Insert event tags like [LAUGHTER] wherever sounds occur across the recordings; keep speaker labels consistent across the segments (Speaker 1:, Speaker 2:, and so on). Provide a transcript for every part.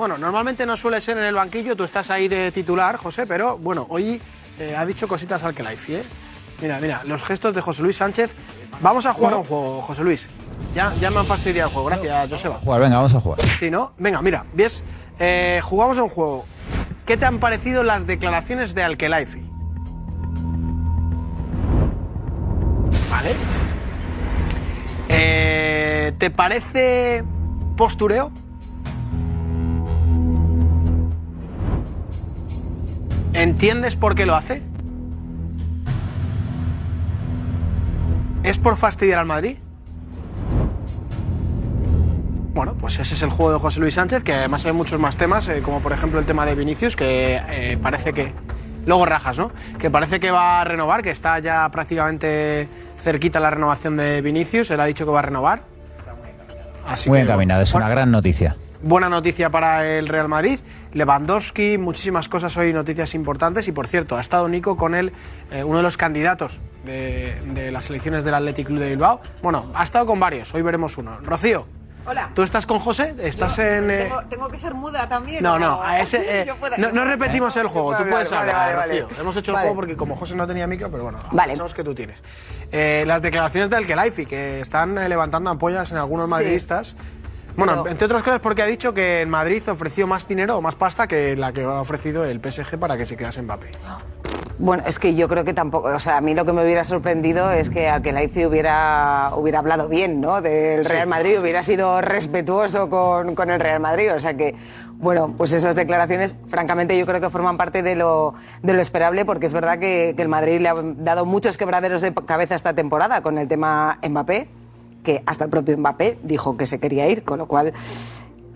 Speaker 1: Bueno, normalmente no suele ser en el banquillo, tú estás ahí de titular, José, pero bueno, hoy eh, ha dicho cositas al que la ¿eh? Mira, mira, los gestos de José Luis Sánchez. Vamos a jugar un juego, José Luis. Ya, ya me han fastidiado el juego, gracias, Joseba.
Speaker 2: Jugar, venga, vamos a jugar.
Speaker 1: Sí, ¿no? Venga, mira, ves, eh, jugamos a un juego. ¿Qué te han parecido las declaraciones de Alkelaifi? ¿Vale? Eh, ¿Te parece postureo? ¿Entiendes por qué lo hace? ¿Es por fastidiar al Madrid? Bueno, pues ese es el juego de José Luis Sánchez, que además hay muchos más temas, eh, como por ejemplo el tema de Vinicius, que eh, parece que. Luego rajas, ¿no? Que parece que va a renovar, que está ya prácticamente cerquita la renovación de Vinicius. Él ha dicho que va a renovar. Así
Speaker 2: Muy
Speaker 1: que,
Speaker 2: encaminado, es
Speaker 1: bueno,
Speaker 2: una gran noticia.
Speaker 1: Buena noticia para el Real Madrid. Lewandowski, muchísimas cosas hoy, noticias importantes. Y por cierto, ha estado Nico con él, eh, uno de los candidatos de, de las elecciones del Athletic Club de Bilbao. Bueno, ha estado con varios, hoy veremos uno. Rocío.
Speaker 3: Hola.
Speaker 1: ¿Tú estás con José? ¿Estás
Speaker 3: Yo
Speaker 1: en.? eh,
Speaker 3: Tengo, tengo que ser muda [LAUGHS] también.
Speaker 1: No,
Speaker 3: ¿o
Speaker 1: no, a ese, eh,
Speaker 3: Yo puedo-
Speaker 1: no, no repetimos el juego, tú
Speaker 3: Vale,
Speaker 1: puedes
Speaker 3: vale,
Speaker 1: hablar,
Speaker 3: vale, vale.
Speaker 1: Rocío. Hemos hecho el
Speaker 3: Vale.
Speaker 1: juego porque como José no tenía micro, pero bueno,
Speaker 3: Vale.
Speaker 1: aprovechamos que tú tienes. Eh, las declaraciones de Alkelaifi, que están eh, levantando ampollas en algunos
Speaker 3: Sí.
Speaker 1: madridistas. Bueno,
Speaker 3: Pero-
Speaker 1: entre otras cosas porque ha dicho que en Madrid ofreció más dinero o más pasta que la que ha ofrecido el PSG para que se quedase
Speaker 3: [LAUGHS]
Speaker 1: Mbappé.
Speaker 4: Bueno, es que yo creo que tampoco, o sea, a mí lo que me hubiera sorprendido es que al que Laifi E hubiera, hubiera hablado bien, ¿no? Del Real Madrid, hubiera sido respetuoso con, con el Real Madrid, o sea que, bueno, pues esas declaraciones, francamente, yo creo que forman parte de lo, de lo esperable, porque es verdad que, que el Madrid le ha dado muchos quebraderos de cabeza esta temporada con el tema Mbappé, que hasta el propio Mbappé dijo que se quería ir, con lo cual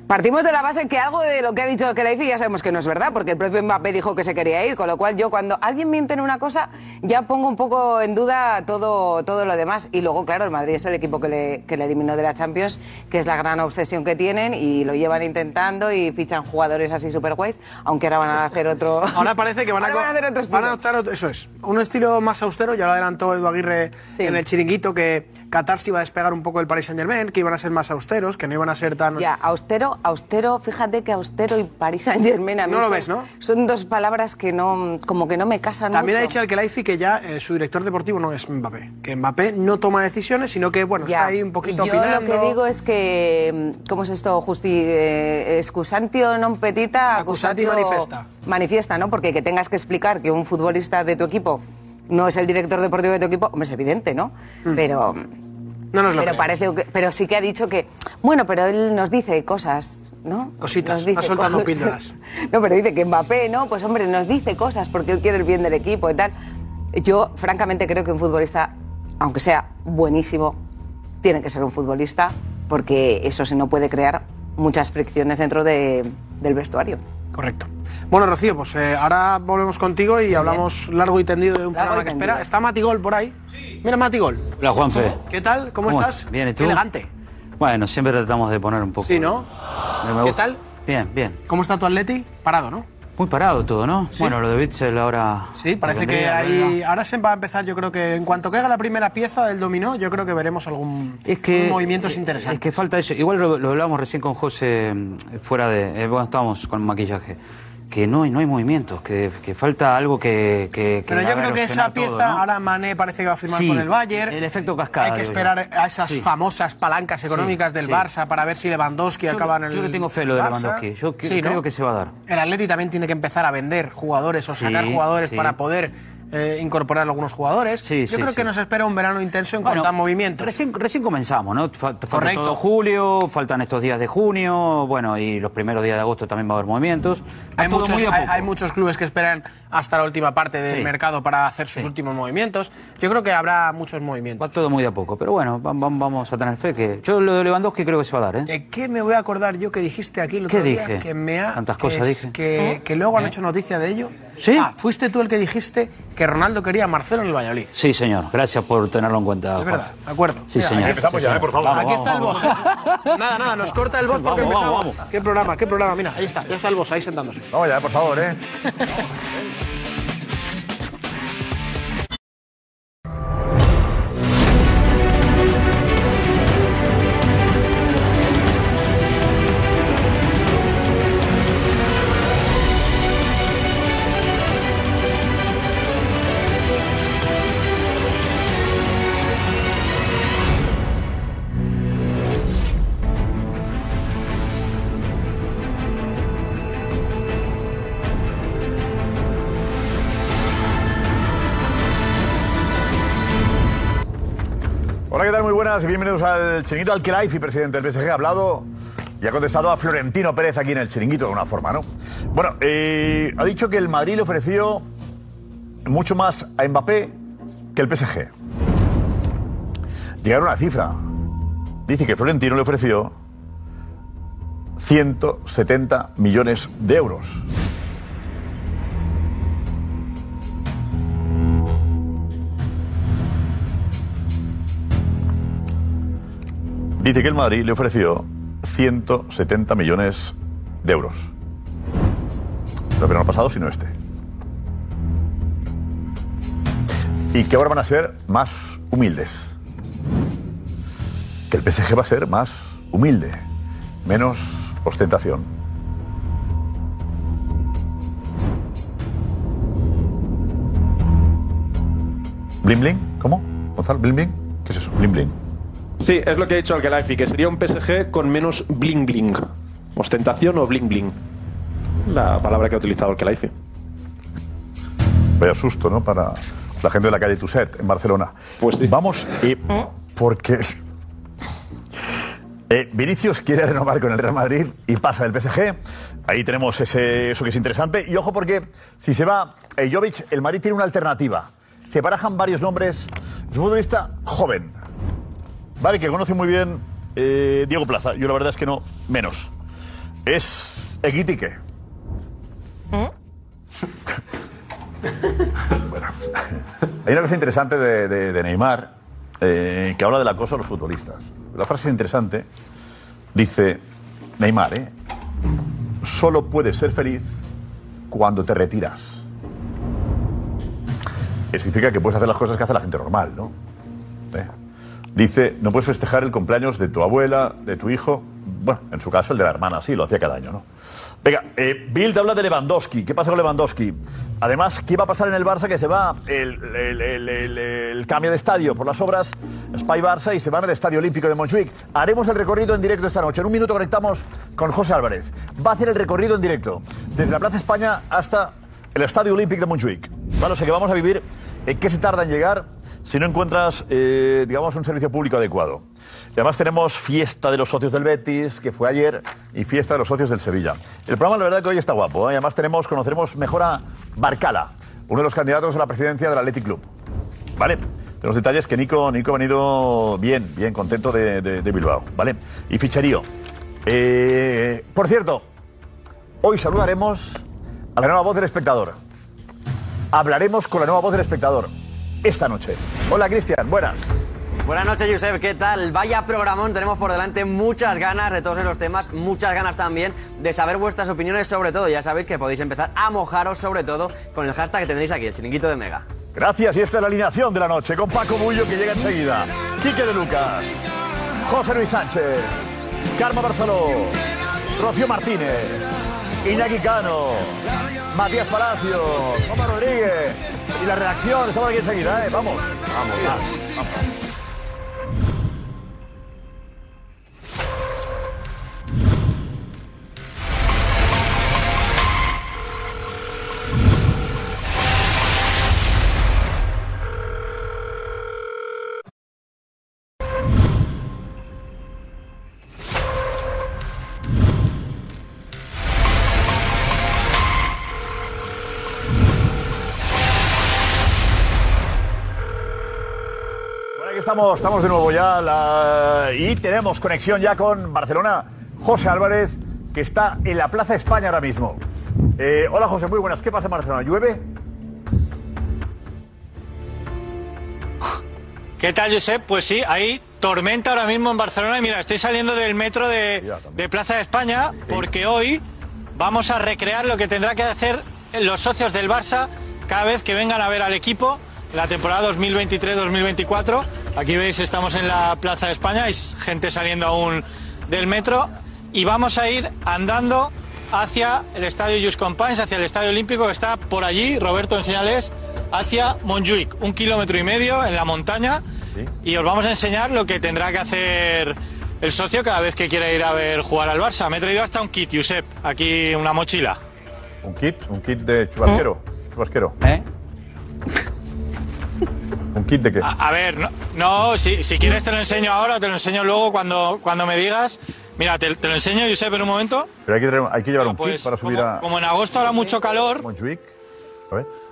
Speaker 4: Partimos de la base que algo de lo que ha dicho el Kelaifi ya sabemos que no es verdad, porque el propio Mbappé dijo que se quería ir, con lo cual yo cuando alguien miente en una cosa ya pongo un poco en duda todo, todo lo demás. Y luego, claro, el Madrid es el equipo que le, que le eliminó de la Champions, que es la gran obsesión que tienen y lo llevan intentando y fichan jugadores así super guays, aunque ahora van a hacer otro...
Speaker 1: [LAUGHS] Ahora parece que van a,
Speaker 4: Ahora
Speaker 1: co-
Speaker 4: hacer otro
Speaker 1: van a
Speaker 4: estilo.
Speaker 1: adoptar otro- eso es, un estilo más austero, ya lo adelantó Edu Aguirre
Speaker 4: Sí.
Speaker 1: en el chiringuito, que Qatar se iba a despegar un poco del Paris Saint Germain, que iban a ser más austeros, que no iban a ser tan...
Speaker 4: [LAUGHS] Ya, austero, austero, fíjate que austero y Paris Saint Germain a mí
Speaker 1: No lo
Speaker 4: son,
Speaker 1: ves, ¿no?
Speaker 4: son dos palabras que no, como que no me casan
Speaker 1: También ha
Speaker 4: mucho.
Speaker 1: dicho el Kelaifi que ya eh, su director deportivo no es Mbappé, que Mbappé no toma decisiones, sino que bueno,
Speaker 4: Ya.
Speaker 1: está ahí un poquito
Speaker 4: Yo
Speaker 1: opinando.
Speaker 4: lo que digo es que, mm, ¿cómo es esto, Justi? Eh, excusantio non petita,
Speaker 1: Accusatio
Speaker 4: accusatio...
Speaker 1: manifesta.
Speaker 4: Manifiesta, ¿no? Porque que tengas que explicar que un futbolista de tu equipo no es el director deportivo de tu equipo, hombre, es evidente, ¿no? Pero,
Speaker 1: Hmm. no nos lo
Speaker 4: pero,
Speaker 1: creemos.
Speaker 4: parece que- pero sí que ha dicho que, bueno, pero él nos dice cosas, ¿no?
Speaker 1: Cositas,
Speaker 4: Nos dice
Speaker 1: va soltando
Speaker 4: cosas.
Speaker 1: píldoras.
Speaker 4: [LAUGHS] No, pero dice que Mbappé, ¿no? Pues hombre, nos dice cosas porque él quiere el bien del equipo y tal. Yo, francamente, creo que un futbolista, aunque sea buenísimo, tiene que ser un futbolista porque eso se no puede crear muchas fricciones dentro de- del vestuario.
Speaker 1: Correcto. Bueno, Rocío, pues eh, ahora volvemos contigo y hablamos largo y tendido de un
Speaker 4: Largo
Speaker 1: programa
Speaker 4: y
Speaker 1: que
Speaker 4: tendido.
Speaker 1: espera. Está Matigol por ahí. Mira Matigol.
Speaker 5: Hola Juanfe.
Speaker 1: ¿Qué tal? ¿Cómo, estás?
Speaker 5: Bien, ¿y tú?
Speaker 1: Qué elegante.
Speaker 5: Bueno, siempre tratamos de poner un poco.
Speaker 1: Sí, ¿no?
Speaker 5: Pero me
Speaker 1: ¿Qué
Speaker 5: gusta.
Speaker 1: tal?
Speaker 5: Bien, bien.
Speaker 1: ¿Cómo está tu Atleti? Parado, ¿no?
Speaker 5: Muy parado todo, ¿no? Bueno, lo de Bitzel ahora.
Speaker 1: Sí, parece que
Speaker 5: vendría,
Speaker 1: ahí
Speaker 5: vendría.
Speaker 1: ahora se va a empezar, yo creo que en cuanto caiga la primera pieza del dominó, yo creo que veremos algún
Speaker 5: Es que,
Speaker 1: movimientos
Speaker 5: eh,
Speaker 1: interesantes.
Speaker 5: Es que falta eso. Igual lo, lo hablábamos recién con José, mm, fuera de. eh, bueno, estábamos con maquillaje. Que no, hay- no hay movimientos, que, que falta algo que. que- que
Speaker 1: Pero yo
Speaker 5: haga
Speaker 1: creo que esa
Speaker 5: erosionar
Speaker 1: pieza,
Speaker 5: todo, ¿no?
Speaker 1: ahora Mané parece que va a firmar
Speaker 5: Sí,
Speaker 1: con el Bayern.
Speaker 5: el efecto cascada,
Speaker 1: Hay que
Speaker 5: digo
Speaker 1: esperar
Speaker 5: yo.
Speaker 1: a esas
Speaker 5: Sí.
Speaker 1: famosas palancas económicas del
Speaker 5: sí.
Speaker 1: Barça para ver si Lewandowski
Speaker 5: Yo-
Speaker 1: acaba en el.
Speaker 5: yo le tengo fe a lo de
Speaker 1: Barça.
Speaker 5: Lewandowski. Yo que-
Speaker 1: Sí, ¿no?
Speaker 5: creo que se va a dar.
Speaker 1: El Atleti también tiene que empezar a vender jugadores o
Speaker 5: Sí,
Speaker 1: sacar jugadores
Speaker 5: sí.
Speaker 1: para poder eh, incorporar algunos jugadores.
Speaker 5: Sí, sí,
Speaker 1: Yo creo
Speaker 5: sí.
Speaker 1: que nos espera un verano intenso en
Speaker 5: Bueno,
Speaker 1: cuanto a movimientos.
Speaker 5: Recién, recién comenzamos, ¿no? Fa- falta
Speaker 1: Correcto.
Speaker 5: todo julio, faltan estos días de junio, bueno, y los primeros días de agosto también va a haber movimientos. Va
Speaker 1: Hay
Speaker 5: todo
Speaker 1: muchos,
Speaker 5: muy a
Speaker 1: hay-
Speaker 5: poco.
Speaker 1: hay muchos clubes que esperan hasta la última parte del
Speaker 5: Sí.
Speaker 1: mercado para hacer sus últimos movimientos. Yo creo que habrá muchos movimientos.
Speaker 5: Va todo muy de a poco, pero bueno, vam- vam- vamos a tener fe que... Yo lo de Lewandowski creo que se va a dar, ¿eh?
Speaker 1: ¿De qué me voy a acordar yo que dijiste aquí el otro
Speaker 5: ¿Qué
Speaker 1: día?
Speaker 5: dije?
Speaker 1: Que me ha,
Speaker 5: Tantas
Speaker 1: que
Speaker 5: cosas
Speaker 1: es-
Speaker 5: dije. ¿Eh?
Speaker 1: Que, que luego han hecho noticia de ello.
Speaker 5: ¿Sí?
Speaker 1: Ah, fuiste tú el que dijiste que Ronaldo quería a Marcelo en el Valladolid.
Speaker 5: Sí, señor, gracias por tenerlo en cuenta.
Speaker 1: Es
Speaker 5: Juanfe.
Speaker 1: verdad, de acuerdo.
Speaker 5: Sí,
Speaker 1: Mira,
Speaker 5: señor.
Speaker 1: aquí
Speaker 2: Empezamos
Speaker 5: Sí,
Speaker 2: ya,
Speaker 5: señor.
Speaker 2: ¿eh? por favor.
Speaker 5: Vamos,
Speaker 1: Aquí está el
Speaker 5: vamos,
Speaker 1: boss.
Speaker 5: vamos.
Speaker 1: [LAUGHS] Nada, nada, nos corta el boss porque
Speaker 5: Vamos, vamos,
Speaker 1: empezamos. Qué programa, qué programa. Mira, ahí está, ya está el boss ahí sentándose.
Speaker 2: Vamos ya, por favor, ¿eh? Hola, ¿qué tal? Muy buenas. Bienvenidos al Chiringuito al que Life y presidente del PSG ha hablado y ha contestado a Florentino Pérez aquí en el Chiringuito de una forma, ¿no? Bueno, eh, ha dicho que el Madrid le ofreció mucho más a Mbappé que el PSG. Llegaron a la cifra. Dice que Florentino le ofreció 170 millones de euros. Dice que el Madrid le ofreció 170 millones de euros. Lo que no ha pasado, sino este. Y que ahora van a ser más humildes. Que el PSG va a ser más humilde. Menos ostentación. ¿Bling bling? ¿Cómo? ¿Gonzalo? ¿Bling bling? ¿Qué es eso? ¿Bling bling?
Speaker 3: Sí, es lo que ha dicho Alcalaifi, que sería un PSG con menos bling bling. Ostentación o bling bling. La palabra que ha utilizado Alcalaifi.
Speaker 2: Vaya susto, ¿no? Para la gente de la calle Tuset, en Barcelona.
Speaker 3: Pues sí.
Speaker 2: Vamos, eh, porque. Eh, Vinicius quiere renovar con el Real Madrid y pasa del PSG. Ahí tenemos ese, eso que es interesante. Y ojo, porque si se va eh, Jovic, el Madrid tiene una alternativa. Se barajan varios nombres. Es un futbolista joven. Vale, que conoce muy bien eh, Diego Plaza. Yo la verdad es que no, menos. Es Equitique. [LAUGHS] Hay una cosa interesante de, de- de Neymar eh, que habla del acoso a los futbolistas. La frase es interesante. Dice Neymar, ¿eh? solo puedes ser feliz cuando te retiras. Que significa que puedes hacer las cosas que hace la gente normal, ¿no? ¿Eh? Dice, no puedes festejar el cumpleaños de tu abuela, de tu hijo. Bueno, en su caso el de la hermana, sí, lo hacía cada año, ¿no? Venga, eh, Bild habla de Lewandowski. ¿Qué pasa con Lewandowski? Además, ¿qué va a pasar en el Barça que se va el, el- el- el- el cambio de estadio por las obras Spy Barça y se van al Estadio Olímpico de Montjuic? Haremos el recorrido en directo esta noche. En un minuto conectamos con José Álvarez. Va a hacer el recorrido en directo desde la Plaza España hasta el Estadio Olímpico de Montjuic. Vale, o sea que vamos a vivir eh, qué se tarda en llegar si no encuentras, eh, digamos, un servicio público adecuado. Y además tenemos fiesta de los socios del Betis, que fue ayer, y fiesta de los socios del Sevilla. El programa, la verdad, que hoy está guapo. ¿eh? Y además tenemos, conoceremos mejor a Barcala, uno de los candidatos a la presidencia del Athletic Club. ¿Vale? Tenemos detalles que Nico, Nico ha venido bien, bien contento de, de- de Bilbao. ¿Vale? Y ficherío. Eh, por cierto, hoy saludaremos a la nueva voz del espectador hablaremos con la nueva voz del espectador esta noche. Hola Cristian, buenas.
Speaker 6: Buenas noches, Josep. ¿Qué tal? Vaya programón. Tenemos por delante muchas ganas de todos los temas, muchas ganas también de saber vuestras opiniones sobre todo. Ya sabéis que podéis empezar a mojaros sobre todo con el hashtag que tendréis aquí, el chiringuito de Mega.
Speaker 2: Gracias y esta es la alineación de la noche con Paco Bullo que llega enseguida. Quique de Lucas, José Luis Sánchez, Carmo Barceló, Rocío Martínez, Iñaki Cano, Matías Palacios, Omar Rodríguez y la redacción. Estamos aquí enseguida, ¿eh? Vamos. Vamos, estamos, estamos de nuevo ya la- y tenemos conexión ya con Barcelona. José Álvarez, que está en la Plaza España ahora mismo. Eh, hola José, muy buenas. ¿Qué pasa en Barcelona? ¿Llueve?
Speaker 7: ¿Qué tal, Josep? Pues sí, hay tormenta ahora mismo en Barcelona. Y mira, estoy saliendo del metro de, de Plaza de España porque hoy vamos a recrear lo que tendrá que hacer los socios del Barça cada vez que vengan a ver al equipo en la temporada 2023-2024. Aquí veis, estamos en la Plaza de España, hay gente saliendo aún del metro y vamos a ir andando hacia el estadio Just Companys, hacia el estadio olímpico que está por allí, Roberto, enseñales, hacia Montjuic, un kilómetro y medio en la montaña y os vamos a enseñar lo que tendrá que hacer el socio cada vez que quiera ir a ver jugar al Barça. Me he traído hasta un kit, Josep, aquí una mochila.
Speaker 2: ¿Un kit? ¿Un kit de chubasquero? ¿Chubasquero? ¿Un kit de qué?
Speaker 7: A ver, no, no, si, si quieres te lo enseño ahora, te lo enseño luego cuando, cuando me digas. Mira, te, te lo enseño, Josep, en un momento.
Speaker 2: Pero hay que, traer- hay que llevar un
Speaker 7: Pues,
Speaker 2: kit para subir a
Speaker 7: Como en agosto hará mucho calor,
Speaker 2: Montjuic.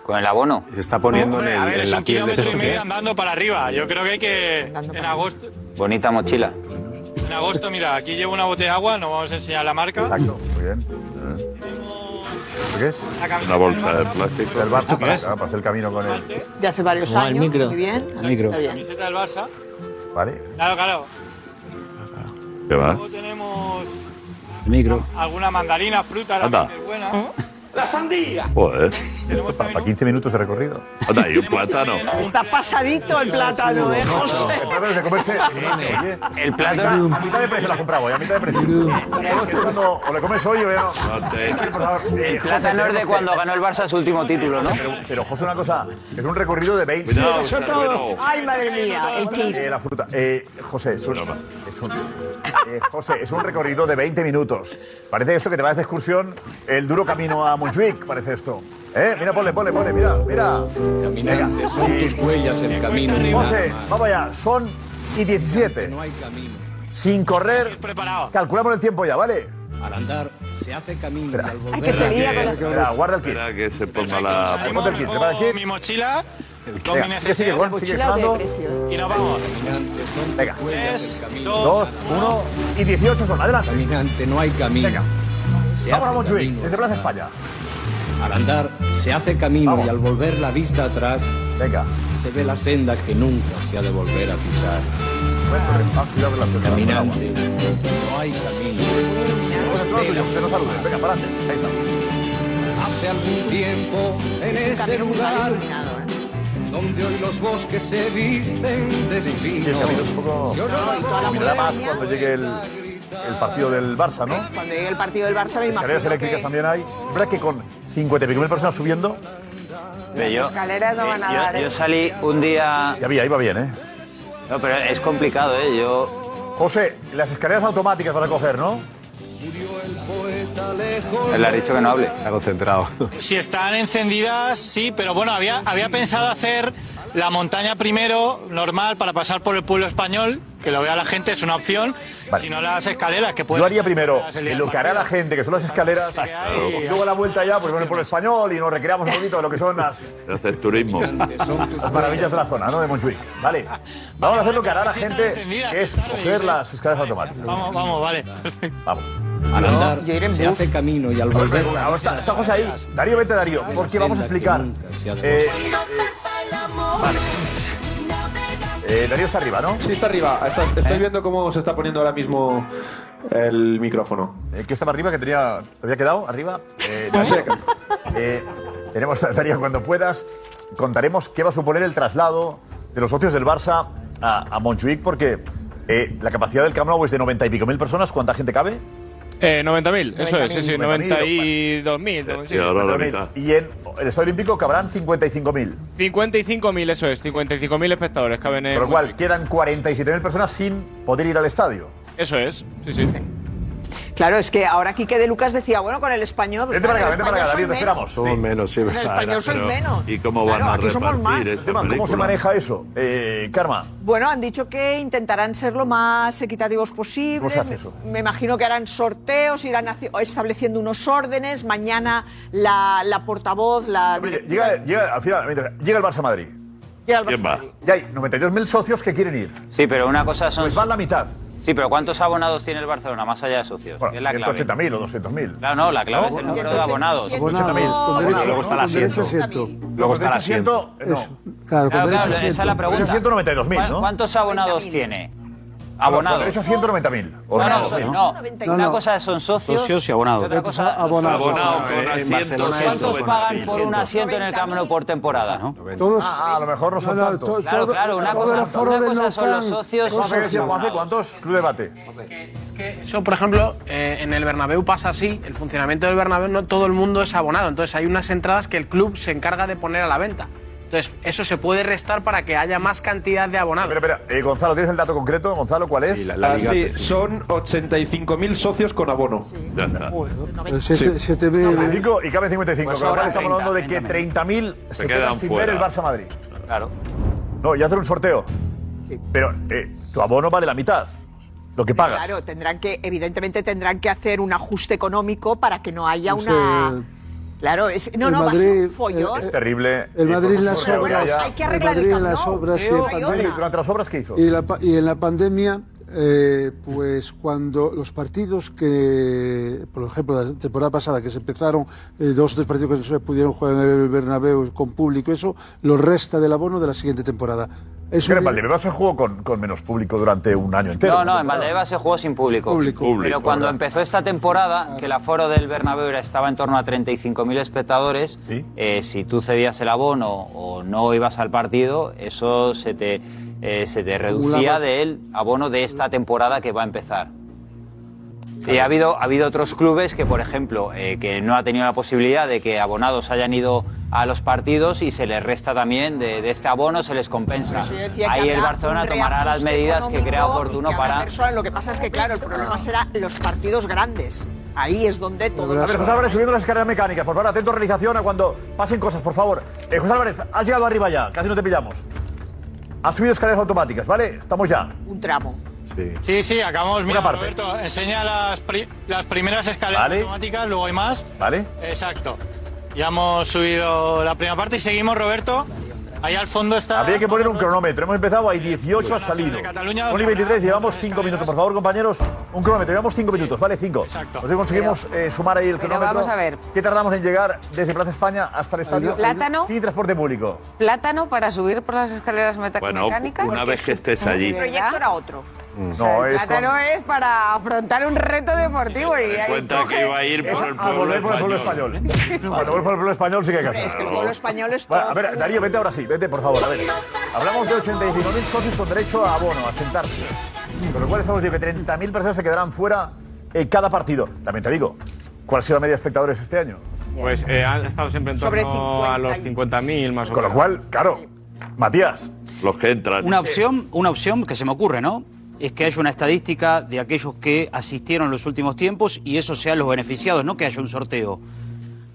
Speaker 8: Con el abono.
Speaker 9: Se está poniendo en, el-
Speaker 7: a ver,
Speaker 9: en
Speaker 7: es
Speaker 9: la
Speaker 7: un
Speaker 9: piel de
Speaker 7: kilómetro y
Speaker 9: estos,
Speaker 7: medio
Speaker 9: ¿eh?
Speaker 7: andando para arriba. Yo creo que hay que... En agosto,
Speaker 8: Bonita mochila.
Speaker 7: en agosto, mira, aquí llevo una botella de agua, no vamos a enseñar la marca.
Speaker 2: Exacto, muy bien. ¿Esto ¿Qué es?
Speaker 9: Una bolsa de plástico.
Speaker 2: El Barça para, ah, para hacer el camino con él.
Speaker 10: De hace varios
Speaker 9: No, al
Speaker 10: años.
Speaker 9: micro.
Speaker 10: Muy bien.
Speaker 9: Al micro.
Speaker 10: Está bien.
Speaker 7: Camiseta del Barça.
Speaker 2: Vale.
Speaker 7: Claro, claro.
Speaker 9: ¿Qué va?
Speaker 7: Luego tenemos
Speaker 10: El micro.
Speaker 7: alguna mandarina, fruta,
Speaker 9: Anda.
Speaker 7: también que es buena.
Speaker 10: ¿Eh?
Speaker 7: ¡La sandía!
Speaker 9: Joder.
Speaker 2: Esto para, para 15 minutos de recorrido.
Speaker 9: Anda, y un plátano.
Speaker 10: Está pasadito el plátano, ¿eh, José?
Speaker 2: El plátano es de comerse. Oye,
Speaker 8: El
Speaker 2: a
Speaker 8: plátano.
Speaker 2: mitad de precio la compraba hoy, a mitad de precio. Es cuando o le comes hoy o ya no.
Speaker 9: No te-
Speaker 2: Por favor, eh,
Speaker 8: El plátano es de cuando ganó el Barça su último título, ¿no?
Speaker 2: Pero, pero José, una cosa, es un recorrido de 20.
Speaker 9: Cuidado,
Speaker 2: Sí,
Speaker 9: Bueno,
Speaker 10: Ay, madre mía, el kit.
Speaker 2: Eh, la fruta. Eh, José, es un, es un- eh, José, es un recorrido de 20 minutos. Parece esto que te vas de excursión el duro camino a Montjuic, parece esto. Eh, mira, ponle, ponle, ponle, mira, mira. Venga.
Speaker 11: son tus huellas el camino.
Speaker 2: José, vamos allá, son y 17.
Speaker 11: hay camino.
Speaker 2: Sin correr,
Speaker 7: Preparado.
Speaker 2: calculamos el tiempo ya, ¿vale?
Speaker 11: Al andar se hace camino. y al volver-
Speaker 10: Ay, que sería con la-
Speaker 2: Espera, guarda el kit.
Speaker 9: Espera que se ponga la.
Speaker 7: Salimos,
Speaker 2: Ponte el
Speaker 7: me
Speaker 2: kit, prepara el kit.
Speaker 7: pongo mi mochila con mi
Speaker 2: Venga, sigue, sigue,
Speaker 7: necesidad
Speaker 2: Gon, sigue sonando.
Speaker 7: y nos vamos.
Speaker 11: Caminante, son tus
Speaker 2: Venga.
Speaker 11: huellas
Speaker 7: Tres,
Speaker 11: el camino.
Speaker 2: Dos,
Speaker 7: dos,
Speaker 2: uno y 18 son. Adelante.
Speaker 11: Caminante, no hay camino.
Speaker 2: Venga.
Speaker 11: Se
Speaker 2: Vamos a
Speaker 11: hace
Speaker 2: Montjuic,
Speaker 11: camino.
Speaker 2: desde Plaza España.
Speaker 11: Al andar se hace camino
Speaker 2: Vamos.
Speaker 11: y al volver la vista atrás
Speaker 2: Venga.
Speaker 11: se ve la senda que nunca se ha de volver a pisar.
Speaker 2: Ah, cuidado con la- con la- con el agua.
Speaker 11: Caminante, no hay camino.
Speaker 2: Pues todo tuyo, José, no saludes. Venga, para adelante. Ahí está.
Speaker 11: Hace algún tiempo en ese
Speaker 10: Camino mal
Speaker 11: lugar
Speaker 10: iluminado, ¿eh?
Speaker 11: donde hoy los bosques se visten de
Speaker 2: Sí, el camino es un
Speaker 11: espino.
Speaker 2: poco...
Speaker 11: Se oye la voz
Speaker 2: Terminará más
Speaker 11: de
Speaker 2: cuando llegue el, el partido del Barça, ¿no?
Speaker 4: Cuando llegue el partido del Barça me
Speaker 2: Escaleras
Speaker 4: imagino
Speaker 2: eléctricas
Speaker 4: que
Speaker 2: también hay. Es verdad que con 55.000 personas subiendo,
Speaker 8: Pero yo,
Speaker 4: escaleras no van a
Speaker 8: yo-
Speaker 4: dar, ¿eh?
Speaker 8: yo salí un día.
Speaker 2: ya había, iba bien, ¿eh?
Speaker 8: No, pero es complicado, ¿eh? Yo.
Speaker 2: José, las escaleras automáticas para coger, ¿no?
Speaker 8: Él le ha dicho que no hable.
Speaker 9: Está concentrado.
Speaker 7: Si están encendidas, sí, pero bueno, había, había pensado hacer la montaña primero, normal, para pasar por el pueblo español, que lo vea la gente, es una opción.
Speaker 2: Vale.
Speaker 7: Si no, las escaleras que pueden.
Speaker 2: Yo haría primero
Speaker 7: las
Speaker 2: lo que hará la gente, que son las escaleras.
Speaker 7: Sí, hay-
Speaker 2: Luego a la vuelta ya, pues bueno, por el español y nos recreamos un poquito de lo que son las,
Speaker 9: Haces turismo.
Speaker 2: las maravillas de la zona, ¿no? De Montjuic. [LAUGHS] Vale. Vamos a hacer lo que hará la gente, que es coger las escaleras automáticas.
Speaker 7: Vamos, vamos, vale. perfecto.
Speaker 2: [LAUGHS] Vamos. Pues
Speaker 11: Al andar
Speaker 4: yo iré en
Speaker 11: se
Speaker 4: bus.
Speaker 11: hace camino y al volver la
Speaker 2: Ahora está, está José ahí. Darío, vete, Darío, porque vamos a explicar. Eh, vale. Eh, Darío está arriba, ¿no?
Speaker 3: Sí, está arriba. Está- estoy viendo cómo se está poniendo ahora mismo el micrófono.
Speaker 2: Eh, ¿Qué estaba arriba? que tenía, ¿Te había quedado arriba? Eh,
Speaker 3: Así
Speaker 2: Darío,
Speaker 3: que-
Speaker 2: eh, tenemos, Darío, cuando puedas, contaremos qué va a suponer el traslado de los socios del Barça a, a Montjuic, porque eh, la capacidad del Camp Nou es de 90 y pico mil personas. ¿Cuánta gente cabe?
Speaker 12: Eh, 90.000, eso es, sí, sí,
Speaker 2: 90.000,
Speaker 12: 92.000. sí.
Speaker 9: Y ahora la mitad.
Speaker 2: Y en el Estadio Olímpico cabrán 55 mil.
Speaker 12: 55.000, eso es, 55.000 espectadores caben en.
Speaker 2: Con lo cual,
Speaker 12: Montjuic.
Speaker 2: quedan 47 mil personas sin poder ir al estadio.
Speaker 12: Eso es, sí, sí.
Speaker 4: Claro, es que ahora Quique de Lucas decía, bueno, con el español. pues,
Speaker 2: Vente para acá,
Speaker 4: claro,
Speaker 2: vente
Speaker 4: el
Speaker 2: para acá, Darío, te
Speaker 4: español soy
Speaker 2: esperamos.
Speaker 9: Somos menos, sí,
Speaker 4: el español sois
Speaker 9: Pero,
Speaker 4: menos.
Speaker 9: ¿Y cómo van
Speaker 4: Claro,
Speaker 9: a
Speaker 4: aquí somos más.
Speaker 9: repartir esta
Speaker 2: Esteban, ¿cómo se
Speaker 9: película?
Speaker 2: maneja eso? Eh, Karma.
Speaker 4: menos. Bueno, han dicho que intentarán ser lo más equitativos posible.
Speaker 2: ¿Cómo se hace eso?
Speaker 4: Me imagino que harán sorteos, irán haci- estableciendo unos órdenes. Mañana la, la portavoz, la.
Speaker 2: Hombre, Llega, llega, al final, mira, llega el Barça a Madrid.
Speaker 9: ¿Quién va?
Speaker 2: Ya hay 92.000 socios que quieren ir.
Speaker 8: Sí, pero una cosa son.
Speaker 2: Pues van la mitad.
Speaker 8: Sí, pero ¿cuántos abonados tiene el Barcelona más allá de socios?
Speaker 2: Bueno,
Speaker 8: Es la clave.
Speaker 2: 180.000 o 200.000.
Speaker 8: Claro, no, la clave
Speaker 2: ¿No?
Speaker 8: es el número de abonados.
Speaker 2: 180.000.
Speaker 8: Con derecho,
Speaker 2: Luego está el
Speaker 8: con derecho eh,
Speaker 2: asiento. Luego está el asiento. eh, No. con derecho
Speaker 8: Claro, claro,
Speaker 2: asiento.
Speaker 8: esa es la pregunta.
Speaker 2: Derecho asiento, 92.000,
Speaker 8: ¿Cuán-
Speaker 2: ¿no?
Speaker 8: ¿Cuántos abonados tiene?
Speaker 2: Con
Speaker 8: Abonados.
Speaker 2: derecho asiento 90.000.
Speaker 8: No, no,
Speaker 2: Abonados,
Speaker 8: so-
Speaker 2: ¿no?
Speaker 8: no,
Speaker 2: No,
Speaker 8: Una
Speaker 2: no.
Speaker 8: cosa son socios.
Speaker 2: Socios y abonados.
Speaker 8: y otra cosa
Speaker 2: Entonces, abonados.
Speaker 8: son
Speaker 2: Abonado,
Speaker 8: socios.
Speaker 2: con
Speaker 8: Eh,
Speaker 2: asiento,
Speaker 8: ¿Barcelona
Speaker 2: ciento,
Speaker 8: ¿Cuántos pagan por un
Speaker 2: 90.000?
Speaker 8: asiento en el Camp Nou por temporada?
Speaker 2: Todos- Ah, a lo mejor no son
Speaker 8: No, no,
Speaker 2: tantos.
Speaker 8: to- Claro, todo- claro, una todo cosa- el aforo una de cosa son los Camp socios y
Speaker 2: Juanfe,
Speaker 8: son
Speaker 2: decía,
Speaker 8: los
Speaker 2: Juanfe,
Speaker 8: abonados.
Speaker 2: ¿Cuántos? Club debate.
Speaker 1: Eso, por ejemplo, eh, en el Bernabéu pasa así. El funcionamiento del Bernabéu no todo el mundo es abonado. Entonces hay unas entradas que el club se encarga de poner a la venta. Entonces eso se puede restar para que haya más cantidad de abonados.
Speaker 2: Espera, espera. Eh, Gonzalo, ¿tienes el dato concreto? Gonzalo, ¿cuál es?
Speaker 3: Ah, sí, son 85.000 socios con abono.
Speaker 2: siete-
Speaker 3: Sí.
Speaker 2: siete mil- eh. 95 y cabe 55.
Speaker 3: Pues
Speaker 2: con lo cual
Speaker 3: ahora
Speaker 2: estamos
Speaker 3: 30,
Speaker 2: hablando de que 30.000 se,
Speaker 3: Se
Speaker 2: quedan,
Speaker 3: quedan
Speaker 2: sin
Speaker 3: fuera.
Speaker 2: ver el Barça Madrid.
Speaker 8: Claro.
Speaker 2: No, y hacer un sorteo. Pero eh, tu abono vale la mitad. Lo que pagas.
Speaker 13: Claro, tendrán que, evidentemente tendrán que hacer un ajuste económico para que no haya
Speaker 2: No sé,
Speaker 13: una. Claro, es,
Speaker 2: Pues, eh,
Speaker 13: no,
Speaker 2: el
Speaker 13: no, va a ser
Speaker 2: Madrid,
Speaker 13: un follón.
Speaker 2: Es terrible. Pues,
Speaker 14: El Madrid
Speaker 2: en
Speaker 14: en las obras.
Speaker 13: Hay que
Speaker 14: el
Speaker 13: arreglar el
Speaker 14: Madrid en
Speaker 13: Camp
Speaker 14: las
Speaker 13: Nou,
Speaker 14: obras y
Speaker 13: creo,
Speaker 14: en
Speaker 13: hay
Speaker 14: pandemia.
Speaker 13: otra.
Speaker 2: ¿Durante las obras qué hizo?
Speaker 14: Y, la pa- y en la pandemia, eh, pues cuando los partidos que, por ejemplo, la temporada pasada que se empezaron, eh, dos o tres partidos que no se pudieron jugar en el Bernabéu con público, eso, lo resta del abono de la siguiente temporada. Eh,
Speaker 2: Es que en Valdebeba se jugó con, con menos público durante un año entero.
Speaker 8: No, no, en Valdebebas se jugó sin público. Pero cuando empezó esta temporada, que el aforo del Bernabéu era- estaba en torno a 35.000 espectadores, eh, si tú cedías el abono o no ibas al partido, eso se te, eh, se te reducía
Speaker 14: Acumulaba.
Speaker 8: del abono de esta temporada que va a empezar. Y Eh, ha habido, ha habido otros clubes que, por ejemplo, eh, que no ha tenido la posibilidad de que abonados hayan ido a los partidos y se les resta también de, de este abono, se les compensa.
Speaker 13: Yo decía que
Speaker 8: Ah, Ahí el
Speaker 13: habrá
Speaker 8: Barcelona
Speaker 13: un
Speaker 8: tomará las
Speaker 13: reajuste
Speaker 8: medidas que crea
Speaker 13: económico
Speaker 8: oportuno
Speaker 13: y que habrá
Speaker 8: para...
Speaker 13: personas. Lo que pasa es que, claro, el problema será los partidos grandes. Ahí es donde todo.
Speaker 2: A ver, José Álvarez subiendo las escaleras mecánicas, por favor, atento realización a cuando pasen cosas, por favor. Eh, José Álvarez, has llegado arriba ya, casi no te pillamos. Has subido escaleras automáticas, ¿vale? Estamos ya.
Speaker 13: Un tramo.
Speaker 2: Sí.
Speaker 7: Sí, sí, acabamos. Mira,
Speaker 2: parte.
Speaker 7: Roberto, enseña las, pri- las primeras escaleras automáticas, luego hay más.
Speaker 2: ¿Vale?
Speaker 7: Exacto. Ya hemos subido la primera parte y seguimos, Roberto. Ahí al fondo está.
Speaker 2: Habría que poner un cronómetro. Hemos empezado, hay 18, ha salido.
Speaker 7: Cataluña,
Speaker 2: Only 23, llevamos 5 minutos. Por favor, compañeros, un cronómetro. Llevamos 5 minutos, ¿vale? 5. Exacto. Nos conseguimos eh, sumar ahí el
Speaker 4: pero
Speaker 2: cronómetro.
Speaker 4: vamos a ver.
Speaker 2: ¿Qué tardamos en llegar desde Plaza España hasta el estadio?
Speaker 4: ¿Plátano?
Speaker 2: Y transporte público.
Speaker 4: Plátano para subir por las escaleras meta-
Speaker 9: Bueno,
Speaker 4: mecánicas.
Speaker 9: una vez que estés allí. Mm.
Speaker 4: proyecto era otro.
Speaker 2: No, es
Speaker 4: Plátano es para afrontar un reto deportivo y ahí
Speaker 9: Cuenta que iba a ir
Speaker 2: Ah,
Speaker 9: por el pueblo
Speaker 2: ¿Eh? volver por el pueblo
Speaker 9: español.
Speaker 2: Cuando vuelvo al pueblo español sí que hay que hacer.
Speaker 9: Es que el pueblo
Speaker 13: español es
Speaker 2: Bueno, a ver, Darío, vete ahora sí, vete por favor, a ver. Hablamos de 85.000 socios con derecho a abono, a sentarse. Con lo cual estamos diciendo que 30.000 personas se quedarán fuera en cada partido. También te digo, ¿cuál ha sido la media de espectadores este año?
Speaker 15: Pues eh, han estado siempre en
Speaker 2: Sobre
Speaker 15: torno a los 50.000 más o menos.
Speaker 2: Con lo cual, claro, Matías.
Speaker 9: Los que entran.
Speaker 5: Una opción, una opción que se me ocurre, ¿no? Es que haya una estadística de aquellos que asistieron en los últimos tiempos y esos sean los beneficiados, no que haya un sorteo.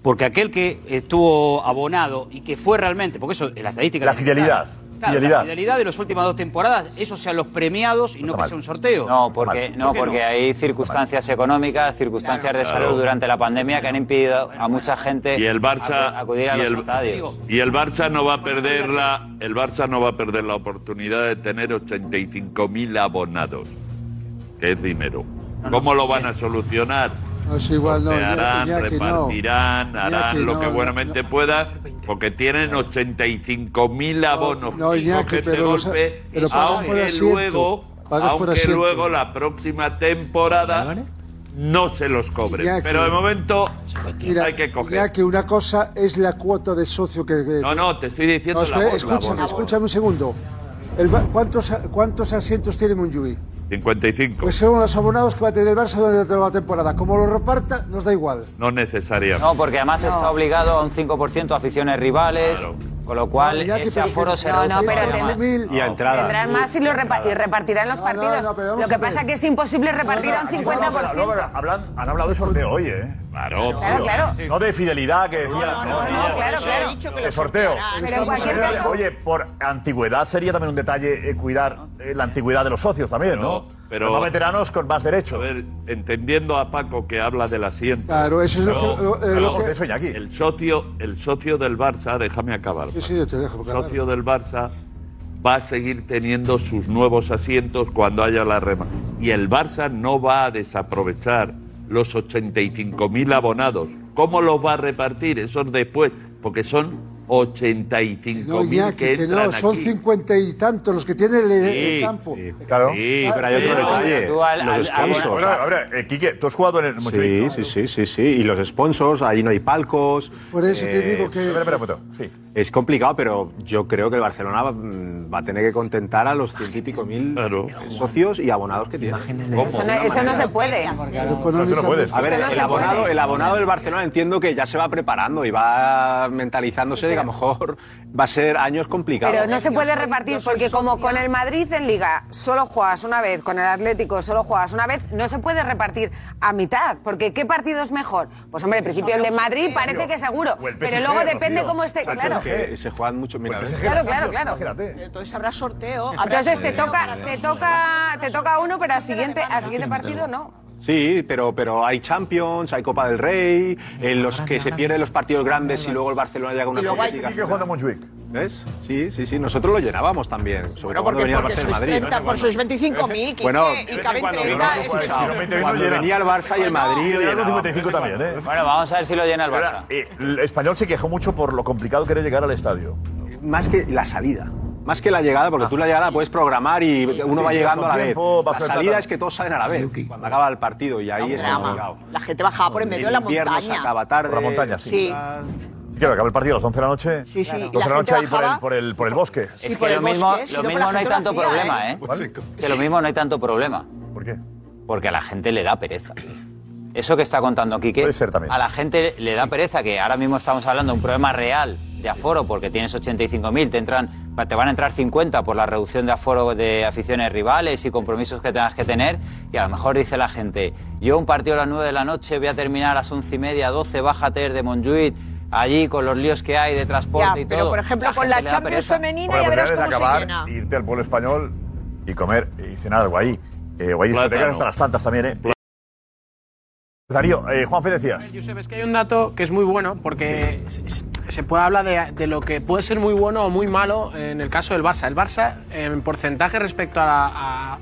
Speaker 5: Porque aquel que estuvo abonado y que fue realmente, porque eso, la estadística.
Speaker 2: La
Speaker 5: tiene que
Speaker 2: fidelidad,
Speaker 5: estar. Claro,
Speaker 2: fidelidad.
Speaker 5: La fidelidad de las últimas dos temporadas, esos sean los premiados y no, que sea un sorteo.
Speaker 8: No, porque, no,
Speaker 5: ¿Por qué
Speaker 8: porque hay circunstancias económicas, circunstancias de
Speaker 9: Claro.
Speaker 8: salud durante la pandemia que han impedido a mucha gente
Speaker 9: Y el Barça
Speaker 8: acu- acudir a
Speaker 9: y
Speaker 8: los
Speaker 9: el,
Speaker 8: estadios.
Speaker 9: y el Barça no va a perder la el Barça no va a perder la oportunidad de tener 85.000 abonados, que es dinero. ¿Cómo lo van a solucionar?
Speaker 14: No es igual, no.
Speaker 9: Sortearán,
Speaker 14: Iñaki, no.
Speaker 9: repartirán, harán lo
Speaker 14: no,
Speaker 9: que
Speaker 14: no,
Speaker 9: buenamente puedan, porque tienen 85.000 abonos.
Speaker 14: no,
Speaker 9: fijos
Speaker 14: Iñaki,
Speaker 9: de este
Speaker 14: pero los-
Speaker 9: golpe,
Speaker 14: pero pagas por
Speaker 9: aunque
Speaker 14: asiento,
Speaker 9: luego,
Speaker 14: pagas por
Speaker 9: aunque
Speaker 14: asiento.
Speaker 9: luego la próxima temporada no se los cobren.
Speaker 14: Iñaki.
Speaker 9: Pero de momento
Speaker 14: Mira,
Speaker 9: hay que coger.
Speaker 14: Ya que una cosa es la cuota de socio que... que-
Speaker 9: No, no, te estoy diciendo
Speaker 14: No,
Speaker 9: la
Speaker 14: espera,
Speaker 9: voz, la
Speaker 14: escúchame,
Speaker 9: voz.
Speaker 14: escúchame un segundo. El Ba- ¿cuántos, ¿Cuántos asientos tiene Montjuic?
Speaker 9: 55,
Speaker 14: Pues son los abonados que va a tener el Barça durante toda la temporada. Como lo reparta, nos da igual.
Speaker 9: no necesariamente.
Speaker 8: No, porque además está obligado a un 5% a aficiones rivales, con lo cual
Speaker 14: Iñaki,
Speaker 8: ese
Speaker 14: pero-
Speaker 8: aforo se
Speaker 14: No,
Speaker 8: reduce
Speaker 14: no, pero
Speaker 8: todavía más.
Speaker 14: tendrá- Y a entradas.
Speaker 4: Tendrán más y, lo repa- y repartirán los partidos. lo que pasa es que es imposible repartir a un 50%.
Speaker 2: Luego hablan- han hablado de sorteo hoy, ¿eh?
Speaker 9: Claro,
Speaker 4: Claro, claro.
Speaker 2: No de fidelidad que decía.
Speaker 4: claro, claro.
Speaker 2: De sorteo.
Speaker 4: Pero en cualquier caso-
Speaker 2: Oye, por antigüedad sería también un detalle eh, cuidar eh, la antigüedad de los socios también, ¿no?
Speaker 9: pero-
Speaker 2: Los más veteranos con más derecho.
Speaker 9: A ver, entendiendo a Paco que habla del asiento.
Speaker 14: Claro, eso es lo que- lo- eh, lo que-
Speaker 9: El socio, el socio del Barça, déjame acabar.
Speaker 14: Sí, sí, yo te dejo.
Speaker 9: El
Speaker 14: porque, claro.
Speaker 9: socio del Barça va a seguir teniendo sus nuevos asientos cuando haya la rema. Y el Barça no va a desaprovechar los 85.000 abonados. ¿Cómo los va a repartir? Esos después, porque son 85.000
Speaker 14: No, Iñaki,
Speaker 9: que
Speaker 14: que,
Speaker 9: entran
Speaker 14: no, son
Speaker 9: aquí.
Speaker 14: cincuenta y tantos los que tiene el, el
Speaker 9: Sí,
Speaker 14: campo.
Speaker 2: Claro.
Speaker 9: Sí, pero hay otro
Speaker 2: Pero,
Speaker 9: detalle,
Speaker 2: tú al-
Speaker 16: los
Speaker 2: al-
Speaker 16: sponsors.
Speaker 2: Bueno, a ver, eh, Quique, tú has jugado en el
Speaker 16: Sí,
Speaker 2: Montjuic.
Speaker 16: sí, sí, sí, sí. Y los sponsors, ahí no hay palcos.
Speaker 2: Por eso te digo que- Espera,
Speaker 16: Espera,
Speaker 2: espera, espera.
Speaker 16: Es complicado, pero yo creo que el Barcelona va, mm, va a tener que contentar a los ciento y pico mil socios y abonados que tiene.
Speaker 4: Eso no, eso no se puede.
Speaker 16: A ver,
Speaker 4: Eso no
Speaker 16: el
Speaker 4: se
Speaker 16: abonado,
Speaker 4: puede.
Speaker 16: el abonado del Barcelona entiendo que ya se va preparando y va mentalizándose de que a lo mejor va a ser años complicados.
Speaker 4: Pero no se puede repartir porque como con el Madrid en Liga solo juegas una vez, con el Atlético solo juegas una vez, no se puede repartir a mitad, porque ¿qué partido es mejor? Pues hombre, al principio el de Madrid parece que seguro,
Speaker 16: O el PSG,
Speaker 4: pero luego
Speaker 16: Rocío.
Speaker 4: depende cómo esté,
Speaker 16: Exacto,
Speaker 4: claro.
Speaker 16: es que se juegan muchos minutos.
Speaker 4: Claro, claro, claro.
Speaker 13: Entonces habrá sorteo.
Speaker 4: Entonces te toca, te toca, te toca uno, pero al siguiente, al siguiente partido no.
Speaker 16: Sí, pero, pero hay Champions, hay Copa del Rey, en los que se pierden los partidos grandes y luego el Barcelona llega a una política. ¿Ves? Sí, sí, sí. Nosotros lo llenábamos también. Sobre todo cuando
Speaker 13: Porque,
Speaker 16: venía el
Speaker 13: porque
Speaker 16: Barça del
Speaker 13: sois
Speaker 16: Madrid.
Speaker 13: 30, por sois 25.000, Quique,
Speaker 16: Bueno,
Speaker 13: y caben
Speaker 16: cuando
Speaker 13: 30.
Speaker 16: no,
Speaker 13: es-
Speaker 16: escucha. Cuando venía el Barça y el Madrid, lo
Speaker 2: Llegaron
Speaker 16: llenaba.
Speaker 2: 55 también, ¿eh?
Speaker 8: Bueno, vamos a ver si lo llena el
Speaker 2: Pero
Speaker 8: Barça.
Speaker 2: era- eh, El español se quejó mucho por lo complicado que era llegar al estadio.
Speaker 16: Más que la salida. Más que la llegada, porque tú la llegada la puedes programar y uno
Speaker 2: Ah. Sí,
Speaker 16: va
Speaker 2: vas
Speaker 16: llegando
Speaker 2: con
Speaker 16: a la
Speaker 2: tiempo, vas
Speaker 16: vez. La
Speaker 2: con
Speaker 16: salida
Speaker 2: plata.
Speaker 16: es que todos salen a la vez cuando acaba el partido y ahí es complicado.
Speaker 13: Drama. La gente bajaba por en medio de la
Speaker 16: El invierno se
Speaker 13: montaña.
Speaker 16: acaba tarde.
Speaker 2: Por la montaña, sí.
Speaker 13: Sí.
Speaker 2: Sí, claro, acaba el partido a las 11 de la noche.
Speaker 13: Sí, sí,
Speaker 2: Las
Speaker 13: y la
Speaker 2: 11 de la noche
Speaker 13: gente
Speaker 2: ahí por el,
Speaker 13: bajaba-
Speaker 2: por, el, por el bosque. Pues
Speaker 13: Sí,
Speaker 8: Es
Speaker 13: por
Speaker 8: que
Speaker 13: el
Speaker 8: lo mismo,
Speaker 13: bosque, si
Speaker 8: lo
Speaker 13: no,
Speaker 8: mismo
Speaker 13: la
Speaker 8: no hay
Speaker 13: gente lo
Speaker 8: tanto
Speaker 13: hacía,
Speaker 8: problema,
Speaker 13: ¿eh?
Speaker 8: ¿eh? Que lo mismo no hay tanto problema.
Speaker 2: ¿Por qué?
Speaker 8: Porque a la gente le da pereza. Eso que está contando Quique, a la gente le da pereza, que ahora mismo estamos hablando de un problema real de aforo, porque tienes 85.000, te, entran, te van a entrar 50 por la reducción de aforo de aficiones rivales y compromisos que tengas que tener, y a lo mejor dice la gente, yo un partido a las 9 de la noche voy a terminar a las 11 y media, 12, bájate de Montjuic, allí con los líos que hay de transporte
Speaker 13: Ya,
Speaker 8: y
Speaker 13: pero
Speaker 8: todo.
Speaker 13: por ejemplo, con
Speaker 8: gente
Speaker 13: la
Speaker 8: le da
Speaker 13: Champions
Speaker 8: pereza.
Speaker 13: femenina
Speaker 2: Bueno,
Speaker 13: ya
Speaker 2: pues
Speaker 13: verás
Speaker 2: debes de
Speaker 13: cómo se
Speaker 2: acabar,
Speaker 13: llena.
Speaker 2: irte al pueblo español y comer y cenar algo ahí. Eh, o hay
Speaker 9: Plátano.
Speaker 2: discotecas hasta las tantas también, ¿eh? Darío, eh, Juanfe decías.
Speaker 1: Josep, es que hay un dato que es muy bueno porque se- se- se puede hablar de, de lo que puede ser muy bueno o muy malo en el caso del Barça. El Barça, en porcentaje respecto a, la,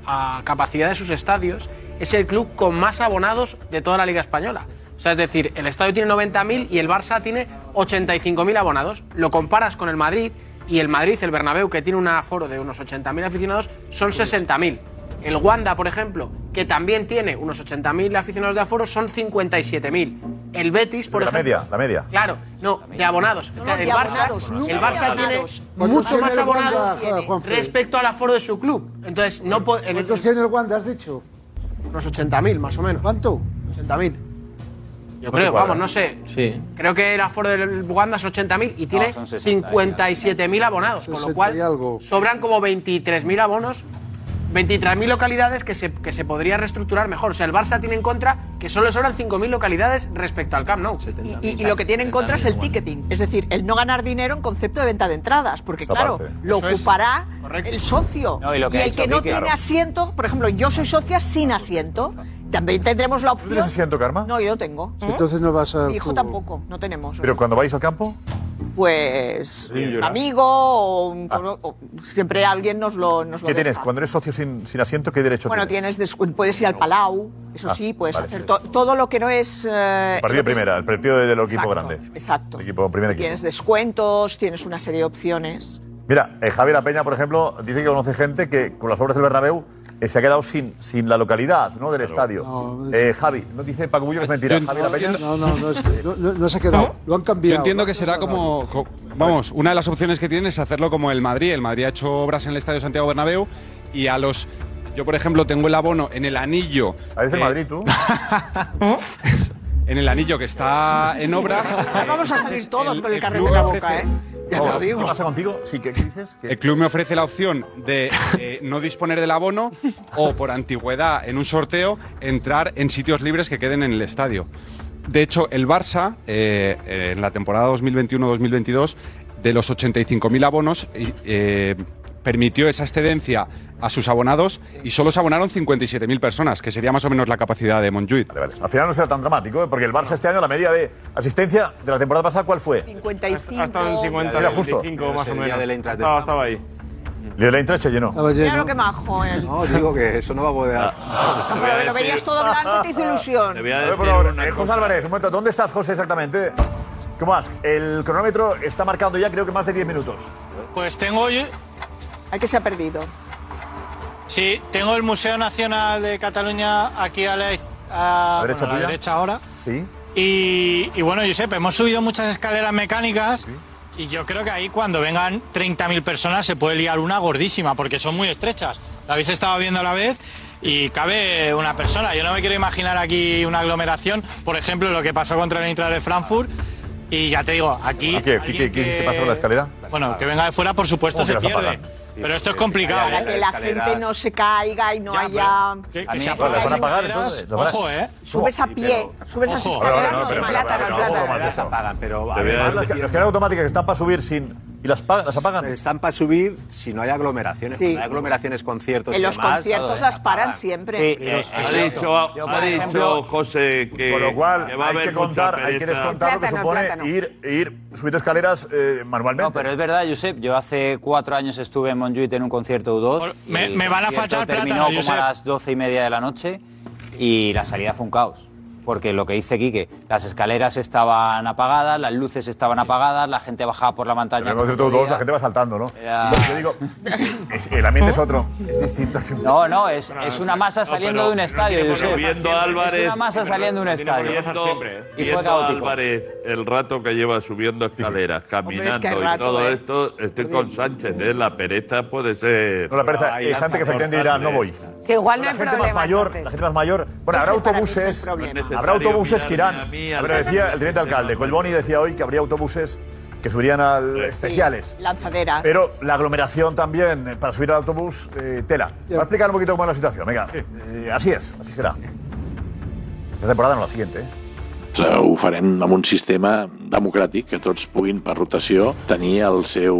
Speaker 1: a- a capacidad de sus estadios, es el club con más abonados de toda la Liga Española. O sea, es decir, el estadio tiene 90.000 y el Barça tiene 85.000 abonados. Lo comparas con el Madrid y el Madrid, el Bernabéu, que tiene un aforo de unos 80.000 aficionados, son 60.000. El Wanda, por ejemplo, que también tiene unos 80.000 aficionados de aforo, son 57.000. El Betis, por
Speaker 2: la
Speaker 1: ejemplo.
Speaker 2: media, la media.
Speaker 1: Claro, no, de abonados.
Speaker 13: No, no,
Speaker 1: el
Speaker 13: de
Speaker 1: Barça,
Speaker 13: abonados, nunca
Speaker 1: el Barça
Speaker 13: de
Speaker 1: tiene
Speaker 13: abonados.
Speaker 14: ¿Cuántos
Speaker 1: mucho
Speaker 14: tiene
Speaker 1: más
Speaker 14: el
Speaker 1: abonados
Speaker 14: Wanda, Juanfe?
Speaker 1: respecto al aforo de su club. Entonces, no po- en
Speaker 14: ¿Cuántos tiene el Wanda, has dicho?
Speaker 1: unos 80.000 más o menos.
Speaker 14: ¿Cuánto?
Speaker 1: 80.000. Yo
Speaker 17: ¿No ¿eh? te
Speaker 1: creo,
Speaker 17: cuadra?
Speaker 1: vamos, no sé.
Speaker 17: Sí.
Speaker 1: Creo que el aforo del Wanda es 80.000 y tiene
Speaker 17: son 60 y algo.
Speaker 1: 57.000 abonados, con lo cual sobran como 23.000 abonos, 23.000 localidades que se, que se podría reestructurar mejor. O sea, el Barça tiene en contra que solo sobran 5.000 localidades respecto al Camp Nou.
Speaker 13: Y, y lo que tiene en contra es el ticketing, es decir, el no ganar dinero en concepto de venta de entradas, porque
Speaker 1: Esa
Speaker 13: claro,
Speaker 1: parte.
Speaker 13: lo
Speaker 1: Eso es.
Speaker 13: ocupará el socio
Speaker 8: No, y lo que
Speaker 13: y
Speaker 8: ha
Speaker 13: el
Speaker 8: dicho
Speaker 13: que no
Speaker 8: Vicky,
Speaker 13: tiene
Speaker 8: claro.
Speaker 13: asiento, por ejemplo, yo soy socia sin asiento, también tendremos la opción.
Speaker 2: tienes asiento, Karma?
Speaker 13: No, yo no tengo.
Speaker 14: Entonces no vas a.
Speaker 13: Mi hijo tampoco, no tenemos.
Speaker 2: Pero cuando vais al campo.
Speaker 13: Pues un amigo o, un- o- siempre alguien nos lo, nos lo
Speaker 2: Ah. ¿Qué tienes?
Speaker 13: deja.
Speaker 2: Cuando eres socio sin, sin asiento, ¿qué derecho
Speaker 13: Bueno,
Speaker 2: tienes?
Speaker 13: tienes descu- puedes ir al Palau, eso
Speaker 2: Ah,
Speaker 13: sí, puedes
Speaker 2: vale.
Speaker 13: hacer to- todo lo que no es... eh,
Speaker 2: El partido de
Speaker 13: lo que es-
Speaker 2: primera, el partido del equipo
Speaker 13: Exacto,
Speaker 2: grande.
Speaker 13: Exacto.
Speaker 2: El equipo, primer equipo.
Speaker 13: Tienes descuentos, tienes una serie de opciones.
Speaker 2: Mira, eh, Javier La Peña, por ejemplo, dice que conoce gente que con las obras del Bernabéu eh, se ha quedado sin, sin la localidad ¿no? del estadio. Eh, Javi, no dice Paco Bullo que es mentira. Javi La Peña.
Speaker 14: No, no, no, es que no, no- no se ha quedado. Lo han cambiado.
Speaker 18: Yo entiendo que será como, co- vamos, una de las opciones que tienen es hacerlo como el Madrid. El Madrid ha hecho obras en el Estadio Santiago Bernabéu y a los yo por ejemplo tengo el abono en el anillo.
Speaker 2: ¿Eres de
Speaker 18: eh,
Speaker 2: Madrid tú?
Speaker 18: [LAUGHS] En el anillo que está en obras.
Speaker 13: Ahora vamos a salir todos con el carril
Speaker 18: club
Speaker 13: en la
Speaker 18: ofrece-
Speaker 13: boca, ¿eh?
Speaker 2: Oh, ¿Qué pasa contigo? Sí, ¿qué dices?
Speaker 18: El club me ofrece la opción de eh, no disponer del abono o, por antigüedad, en un sorteo, entrar en sitios libres que queden en el estadio. De hecho, el Barça, eh, eh, en la temporada 2021-2022, de los 85.000 abonos, y, eh, permitió esa excedencia a sus abonados y solo se abonaron 57.000 personas, que sería más o menos la capacidad de Montjuic.
Speaker 2: Al final no será tan dramático, ¿eh? porque el Barça este año, la media de asistencia de la temporada pasada, ¿cuál fue?
Speaker 13: 55.
Speaker 2: Era justo.
Speaker 15: más o menos. Estaba, estaba ahí.
Speaker 2: de la entrada se llenó.
Speaker 13: Mira lo que majo él.
Speaker 16: No, digo que eso no va a poder.
Speaker 2: Ah.
Speaker 16: [LAUGHS]
Speaker 13: Pero que lo veías todo blanco y te hizo ilusión.
Speaker 2: A ver, por favor, eh, José Álvarez, un momento, ¿dónde estás, José, exactamente? ¿Cómo vas? El cronómetro está marcando ya, creo que más de 10 minutos.
Speaker 7: Pues tengo yo-
Speaker 13: Hay que se ha perdido.
Speaker 7: Sí, tengo el Museo Nacional de Cataluña aquí a la, iz- a-
Speaker 2: ¿La
Speaker 7: bueno,
Speaker 2: derecha
Speaker 7: a la
Speaker 2: tuya?
Speaker 7: derecha ahora.
Speaker 2: Sí.
Speaker 7: Y, y bueno, Josep, hemos subido muchas escaleras mecánicas y yo creo que ahí cuando vengan 30.000 personas se puede liar una gordísima porque son muy estrechas. La habéis estado viendo a la vez y cabe una persona. Yo no me quiero imaginar aquí una aglomeración, por ejemplo, lo que pasó contra el Intra de Frankfurt. Y ya te digo, aquí...
Speaker 2: ¿A qué? ¿Qué,
Speaker 7: alguien
Speaker 2: qué, qué, qué pasa con la escalera?
Speaker 7: Bueno, que venga de fuera, por supuesto,
Speaker 2: ¿Cómo que
Speaker 7: se
Speaker 2: las
Speaker 7: pierde.
Speaker 2: apagan?
Speaker 7: Pero esto es complicado.
Speaker 13: Para que la gente no se caiga y no haya.
Speaker 7: Que-
Speaker 2: A
Speaker 7: que
Speaker 2: mí-
Speaker 7: se
Speaker 2: Bueno, ¿las van
Speaker 7: apagan
Speaker 2: a
Speaker 7: escaleras.
Speaker 2: apagar, entonces? ¿Las van a-
Speaker 7: Ojo, eh.
Speaker 13: Subes a pie, subes a
Speaker 2: Ojo.
Speaker 13: escaleras,
Speaker 2: No, no, no, pero-
Speaker 13: plátano,
Speaker 2: pero-
Speaker 13: plátano.
Speaker 2: pero- pero-
Speaker 16: Las apagan, pero
Speaker 2: Te voy a
Speaker 16: además
Speaker 2: decir-
Speaker 16: las-
Speaker 2: las que eran automáticas que están para subir sin. ¿Y las, pa- las apagan?
Speaker 16: Están para subir si no hay aglomeraciones.
Speaker 13: Sí.
Speaker 16: Cuando hay aglomeraciones, conciertos.
Speaker 13: En
Speaker 16: y
Speaker 13: los
Speaker 16: demás,
Speaker 13: conciertos
Speaker 16: todo,
Speaker 13: las
Speaker 16: ¿eh?
Speaker 13: paran siempre.
Speaker 16: Sí, eh,
Speaker 9: ha
Speaker 16: Exacto.
Speaker 9: dicho, ha
Speaker 16: Yo, por
Speaker 9: dicho
Speaker 16: ejemplo,
Speaker 9: José que,
Speaker 2: Con lo cual,
Speaker 9: va a
Speaker 2: hay
Speaker 9: haber
Speaker 2: que contar,
Speaker 9: mucha
Speaker 2: hay que
Speaker 9: pereza.
Speaker 2: descontar lo que supone ir, ir subiendo escaleras eh, manualmente.
Speaker 8: No, pero es verdad, Josep. Yo hace cuatro años estuve en Montjuic en un concierto U2.
Speaker 7: me-
Speaker 8: El
Speaker 7: me van a
Speaker 8: concierto
Speaker 7: faltar
Speaker 8: terminó
Speaker 7: plátano,
Speaker 8: como
Speaker 7: Josep.
Speaker 8: a las doce y media de la noche y la salida fue un caos. Porque lo que dice Quique, las escaleras estaban apagadas, las luces estaban apagadas, la gente bajaba por la
Speaker 2: En
Speaker 8: montaña.
Speaker 2: el concierto
Speaker 8: como
Speaker 2: todos, la
Speaker 8: podía.
Speaker 2: gente va saltando, ¿no?
Speaker 8: Ya.
Speaker 2: Yo digo, es- el ambiente es otro. Es distinto que un.
Speaker 8: ¿Eh? No, no, es, es una masa saliendo
Speaker 9: pero
Speaker 8: de un estadio.
Speaker 9: tiene por
Speaker 8: Josep.
Speaker 9: qué viendo
Speaker 8: es
Speaker 9: a Álvarez-
Speaker 8: una masa saliendo de un
Speaker 9: Viendo,
Speaker 8: estadio. y fue
Speaker 9: ¿eh? viendo a
Speaker 8: caótico.
Speaker 9: Álvarez el rato que lleva subiendo escaleras, caminando
Speaker 8: es que hay
Speaker 9: y
Speaker 8: rato,
Speaker 9: todo
Speaker 8: ¿eh?
Speaker 9: esto, estoy con Sánchez, ¿eh? la pereza puede ser...
Speaker 2: No, la pereza, hay gente que efectivamente dirá, no voy.
Speaker 4: Que igual no
Speaker 2: la
Speaker 4: hay
Speaker 2: gente
Speaker 4: problema,
Speaker 2: más mayor,
Speaker 4: entonces.
Speaker 2: la gente más mayor. Bueno, habrá
Speaker 4: Ese para mí es el
Speaker 2: autobuses,
Speaker 4: problema. No es
Speaker 2: habrá
Speaker 9: necesario
Speaker 2: autobuses que irán.
Speaker 9: mirarme a mí, al-
Speaker 2: Pero decía el teniente alcalde, Colboni decía hoy que habría autobuses que subirían al especiales.
Speaker 13: Lanzadera.
Speaker 2: Pero la aglomeración también eh, para subir al autobús, eh, tela. Va a explicar un poquito cómo es la situación, venga. Eh, así es, así será. Esta temporada no la siguiente, eh.
Speaker 17: Eh, ho farem amb un sistema democràtic que tots puguin per rotació tenir el seu,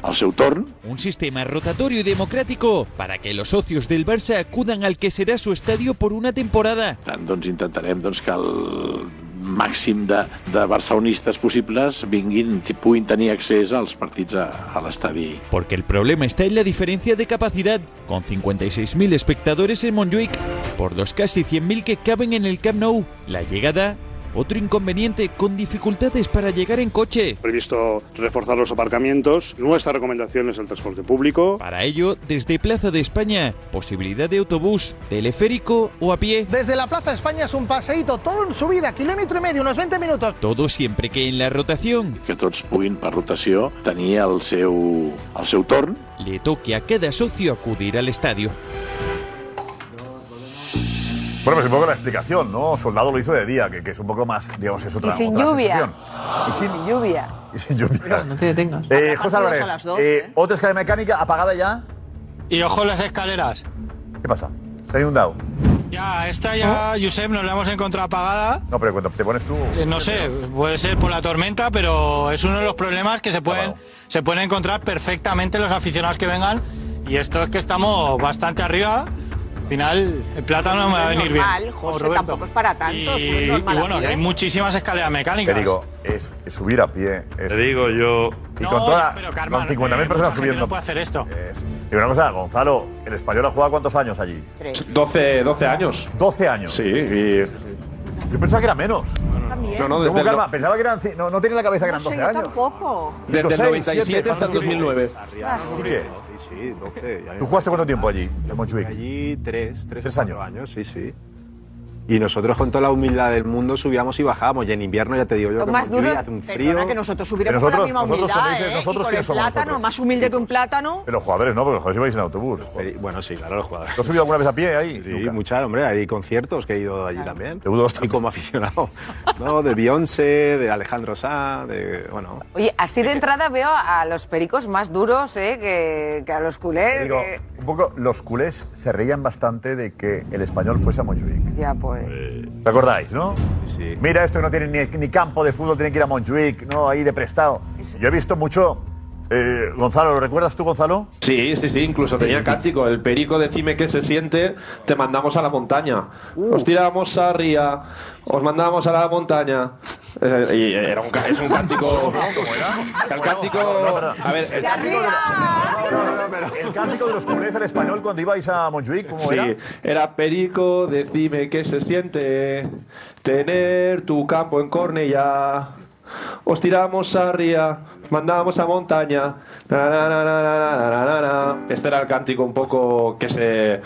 Speaker 17: el seu torn
Speaker 19: Un sistema rotatorio y democrático para que los socios del Barça acudan al que será su estadio por una temporada.
Speaker 17: tant, doncs, intentarem doncs, que el màxim de, de barcelonistes possibles vinguin, puguin tenir accés als partits a, a l'estadi
Speaker 19: Porque el problema está en la diferencia de capacidad, con 56.000 espectadores en Montjuic, por los casi 100.000 que caben en el Camp Nou. La llegada, otro inconveniente, con dificultades para llegar en coche.
Speaker 20: Previsto reforzar los aparcamientos. Nuestra recomendación es el transporte público.
Speaker 19: Para ello, desde Plaza de España, posibilidad de autobús, teleférico o a pie.
Speaker 21: Desde la Plaza España es un paseíto, todo en subida, kilómetro y medio, unos 20 minutos.
Speaker 19: Todo siempre que en la rotación
Speaker 17: que tots puguin per rotació tenir el seu, el seu torn
Speaker 19: le toque a cada socio acudir al estadio.
Speaker 2: Bueno, pues un poco la explicación, ¿no? Soldado lo hizo de día, que, que es un poco más, digamos, es otra,
Speaker 4: Y sin
Speaker 2: otra
Speaker 4: lluvia.
Speaker 2: sensación.
Speaker 4: Y sin lluvia.
Speaker 2: [LAUGHS] Y sin lluvia.
Speaker 4: No te detengas.
Speaker 2: Eh, José Álvarez,
Speaker 4: a las dos,
Speaker 2: eh, otra escalera mecánica apagada ya.
Speaker 7: Y ojo las escaleras.
Speaker 2: ¿Qué pasa? Se ha inundado.
Speaker 7: Ya, esta ya, Josep, nos la hemos encontrado apagada.
Speaker 2: No, pero cuando te pones tú.
Speaker 7: Eh, No sé, puede ser por la tormenta, pero es uno de los problemas que se pueden, se pueden encontrar perfectamente los aficionados que vengan. Y esto es que estamos bastante arriba. Al final, el plátano me va a venir bien.
Speaker 13: normal,
Speaker 7: como
Speaker 13: José,
Speaker 7: Roberto.
Speaker 13: tampoco es para tanto.
Speaker 7: Y,
Speaker 13: es
Speaker 7: y
Speaker 13: normal
Speaker 7: bueno,
Speaker 13: aquí, ¿eh?
Speaker 7: hay muchísimas escaleras mecánicas.
Speaker 2: Te digo, es, es subir a pie. Te
Speaker 9: digo yo.
Speaker 2: Y
Speaker 7: No,
Speaker 2: con toda.
Speaker 7: pero Carmen,
Speaker 2: con 50.000
Speaker 7: eh, mucha
Speaker 2: personas
Speaker 7: gente
Speaker 2: subiendo.
Speaker 7: no puede hacer esto.
Speaker 2: Y una cosa, Gonzalo, ¿el español ha jugado cuántos años allí?
Speaker 3: 12, 12 años.
Speaker 2: 12 años.
Speaker 3: Sí, y.
Speaker 2: Yo pensaba que era menos.
Speaker 3: No, no, desde
Speaker 2: ¿Cómo,
Speaker 3: el
Speaker 2: Carmen? Pensaba que eran. ci- No, no tenía en la cabeza que eran
Speaker 13: ¿eh? No sé,
Speaker 2: 12
Speaker 13: yo
Speaker 2: años.
Speaker 13: tampoco.
Speaker 3: Desde el
Speaker 2: 96,
Speaker 3: 97 hasta el 2009.
Speaker 2: ¿Y qué?
Speaker 16: Sí, sí, 12. ya
Speaker 2: ¿Tú jugaste cuánto tiempo allí, en Montjuic?
Speaker 16: Allí tres, tres, años. años, sí, sí. Y nosotros con toda la humildad del mundo subíamos y bajábamos. Y en invierno ya te digo yo
Speaker 13: Lo
Speaker 16: que
Speaker 13: más
Speaker 16: Montjuic
Speaker 13: duro
Speaker 16: hace un
Speaker 13: perdona,
Speaker 16: frío.
Speaker 13: que nosotros subiéramos con la misma humildad, ¿eh? y con el plátano, más humilde que un plátano.
Speaker 2: Pero los jugadores no, porque los jugadores ibais en autobús.
Speaker 16: Bueno, sí, claro, los jugadores.
Speaker 2: ¿Tú has subido alguna vez a pie ahí?
Speaker 16: Sí, muchas, hombre, hay conciertos que he ido allí también. Y como aficionado. [LAUGHS] No, de Beyoncé, de Alejandro Sanz, de. Bueno.
Speaker 4: Oye, así de entrada veo a los pericos más duros eh, que, que a los
Speaker 13: Eh,
Speaker 4: culés.
Speaker 2: Digo,
Speaker 4: que-
Speaker 2: un poco, los culés se reían bastante de que el español fuese a Montjuic.
Speaker 4: Ya, pues.
Speaker 2: ¿Os acordáis, no? Mira, esto que no tiene ni, ni campo de fútbol, tienen que ir a Montjuic, ¿no? Ahí de prestado. Yo he visto mucho Eh, Gonzalo, ¿lo recuerdas tú, Gonzalo?
Speaker 3: Sí, sí, sí, incluso tenía cachico. El perico decime qué se siente, te mandamos a la montaña. Os tirábamos a ría, os mandábamos a la montaña. Eh, Y era un, ca- es un cántico. El cántico. A ver, el cántico.
Speaker 2: El cántico de los culés al español cuando ibais a Montjuic, ¿cómo
Speaker 3: Sí,
Speaker 2: era?
Speaker 3: era perico, decime qué se siente tener tu campo en Cornellá. Os tiramos a ría, mandamos a montaña. Na, na, na, na, na, na, na, na, na. Este era el cántico un poco que se...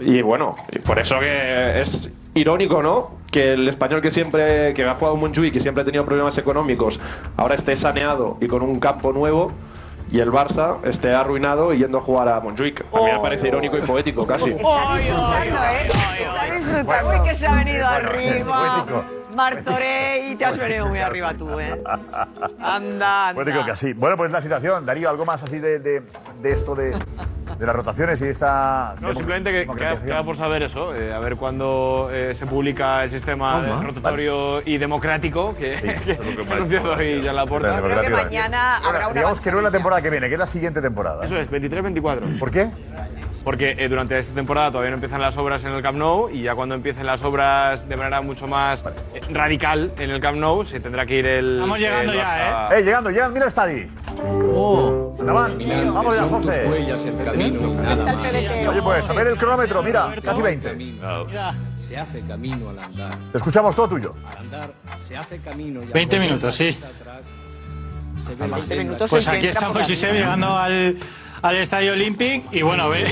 Speaker 3: Y bueno, y por eso que es irónico, ¿no? Que el español que siempre que ha jugado en Montjuic y siempre ha tenido problemas económicos, ahora esté saneado y con un campo nuevo y el Barça esté arruinado y yendo a jugar a Montjuic. A mí me parece irónico y poético
Speaker 13: Oh,
Speaker 3: casi.
Speaker 13: ¿eh?
Speaker 10: Está disfrutando Uy, que se ha venido
Speaker 2: [LAUGHS]
Speaker 10: arriba. Martoré y te has venido muy arriba tú, ¿eh? Anda, anda.
Speaker 2: Bueno, digo que así. Bueno, pues la situación. Darío, algo más así de, de- de esto de, de las rotaciones y de esta.
Speaker 15: No, simplemente que queda, queda por saber eso, eh, a ver cuándo eh, se publica el sistema
Speaker 2: Toma.
Speaker 15: de rotatorio y democrático que, [LAUGHS] que ha
Speaker 2: vale.
Speaker 15: anunciado hoy ya la puerta.
Speaker 2: Creo que
Speaker 10: mañana habrá una
Speaker 2: Digamos que no es la temporada que viene, que es la siguiente temporada.
Speaker 15: Eso es, 23-24.
Speaker 2: ¿Por qué?
Speaker 15: Porque eh, durante esta temporada todavía no empiezan las obras en el Camp Nou y ya cuando empiecen las obras de manera mucho más eh, radical en el Camp Nou se tendrá que ir el.
Speaker 2: Estamos llegando
Speaker 15: ya,
Speaker 2: Eh, llegando, ya, mira está ahí. Oh. vamos ya, José. Oye, pues, a ver el cronómetro, mira, casi 20.
Speaker 11: Se hace camino al andar.
Speaker 2: Te escuchamos todo tuyo.
Speaker 11: Al andar se hace camino. y
Speaker 7: 20
Speaker 11: al volver
Speaker 7: minutos, sí.
Speaker 11: se ve la senda.
Speaker 7: Pues aquí estamos, Josep, llegando al, al Estadio Olympic y bueno, ve,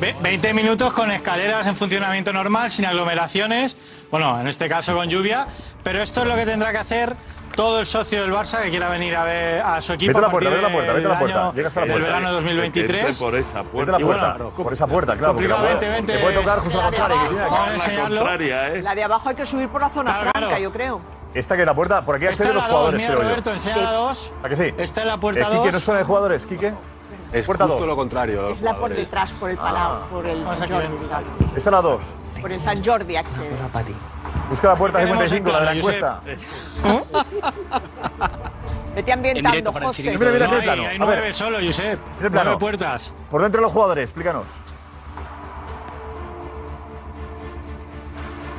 Speaker 7: ve- 20 minutos con escaleras en funcionamiento normal, sin aglomeraciones, bueno, en este caso con lluvia, pero esto es lo que tendrá que hacer todo el socio del Barça que quiera venir a ver a su equipo
Speaker 2: Vete a la
Speaker 7: partir
Speaker 2: puerta, vete a la puerta,
Speaker 7: del
Speaker 2: vete a la
Speaker 7: año-
Speaker 2: puerta. Llega hasta la
Speaker 7: del
Speaker 2: puerta.
Speaker 7: verano 2023.
Speaker 9: Por esa
Speaker 2: Vete
Speaker 9: puerta.
Speaker 2: a la puerta, por esa puerta, claro. porque la
Speaker 9: complicado,
Speaker 2: puerta-
Speaker 9: vente, vente.
Speaker 2: Te puede tocar justo la
Speaker 13: La ¿eh? de
Speaker 2: contraria. ¿eh? que tiene
Speaker 13: abajo.
Speaker 2: aquí.
Speaker 13: La de abajo hay que subir por la zona franca, yo creo.
Speaker 2: Esta que es la puerta, por aquí acceden los
Speaker 13: la dos,
Speaker 2: jugadores,
Speaker 13: mira,
Speaker 2: creo
Speaker 13: Roberto,
Speaker 2: yo.
Speaker 13: enseña la dos.
Speaker 2: ¿A que sí? Esta
Speaker 7: es la
Speaker 13: puerta
Speaker 2: Quique,
Speaker 13: dos.
Speaker 2: ¿no son de jugadores, Quique?
Speaker 16: Es
Speaker 2: puerta
Speaker 16: justo
Speaker 2: dos.
Speaker 16: lo contrario.
Speaker 13: Es la por detrás, por el
Speaker 2: Ah.
Speaker 13: Palau, por el San Jordi, digamos.
Speaker 2: Esta es la 2.
Speaker 13: Por el San Jordi [LAUGHS] accede.
Speaker 2: Busca la puerta
Speaker 13: Tenemos
Speaker 2: 55, la de la
Speaker 13: en claro,
Speaker 2: encuesta.
Speaker 13: Vete ambientando, José.
Speaker 2: Mira, mira, mira el plano.
Speaker 7: hay
Speaker 2: A ver.
Speaker 7: nueve solo, Josep.
Speaker 2: Mira el plano.
Speaker 7: Nueve puertas.
Speaker 2: Por dentro los jugadores, explícanos.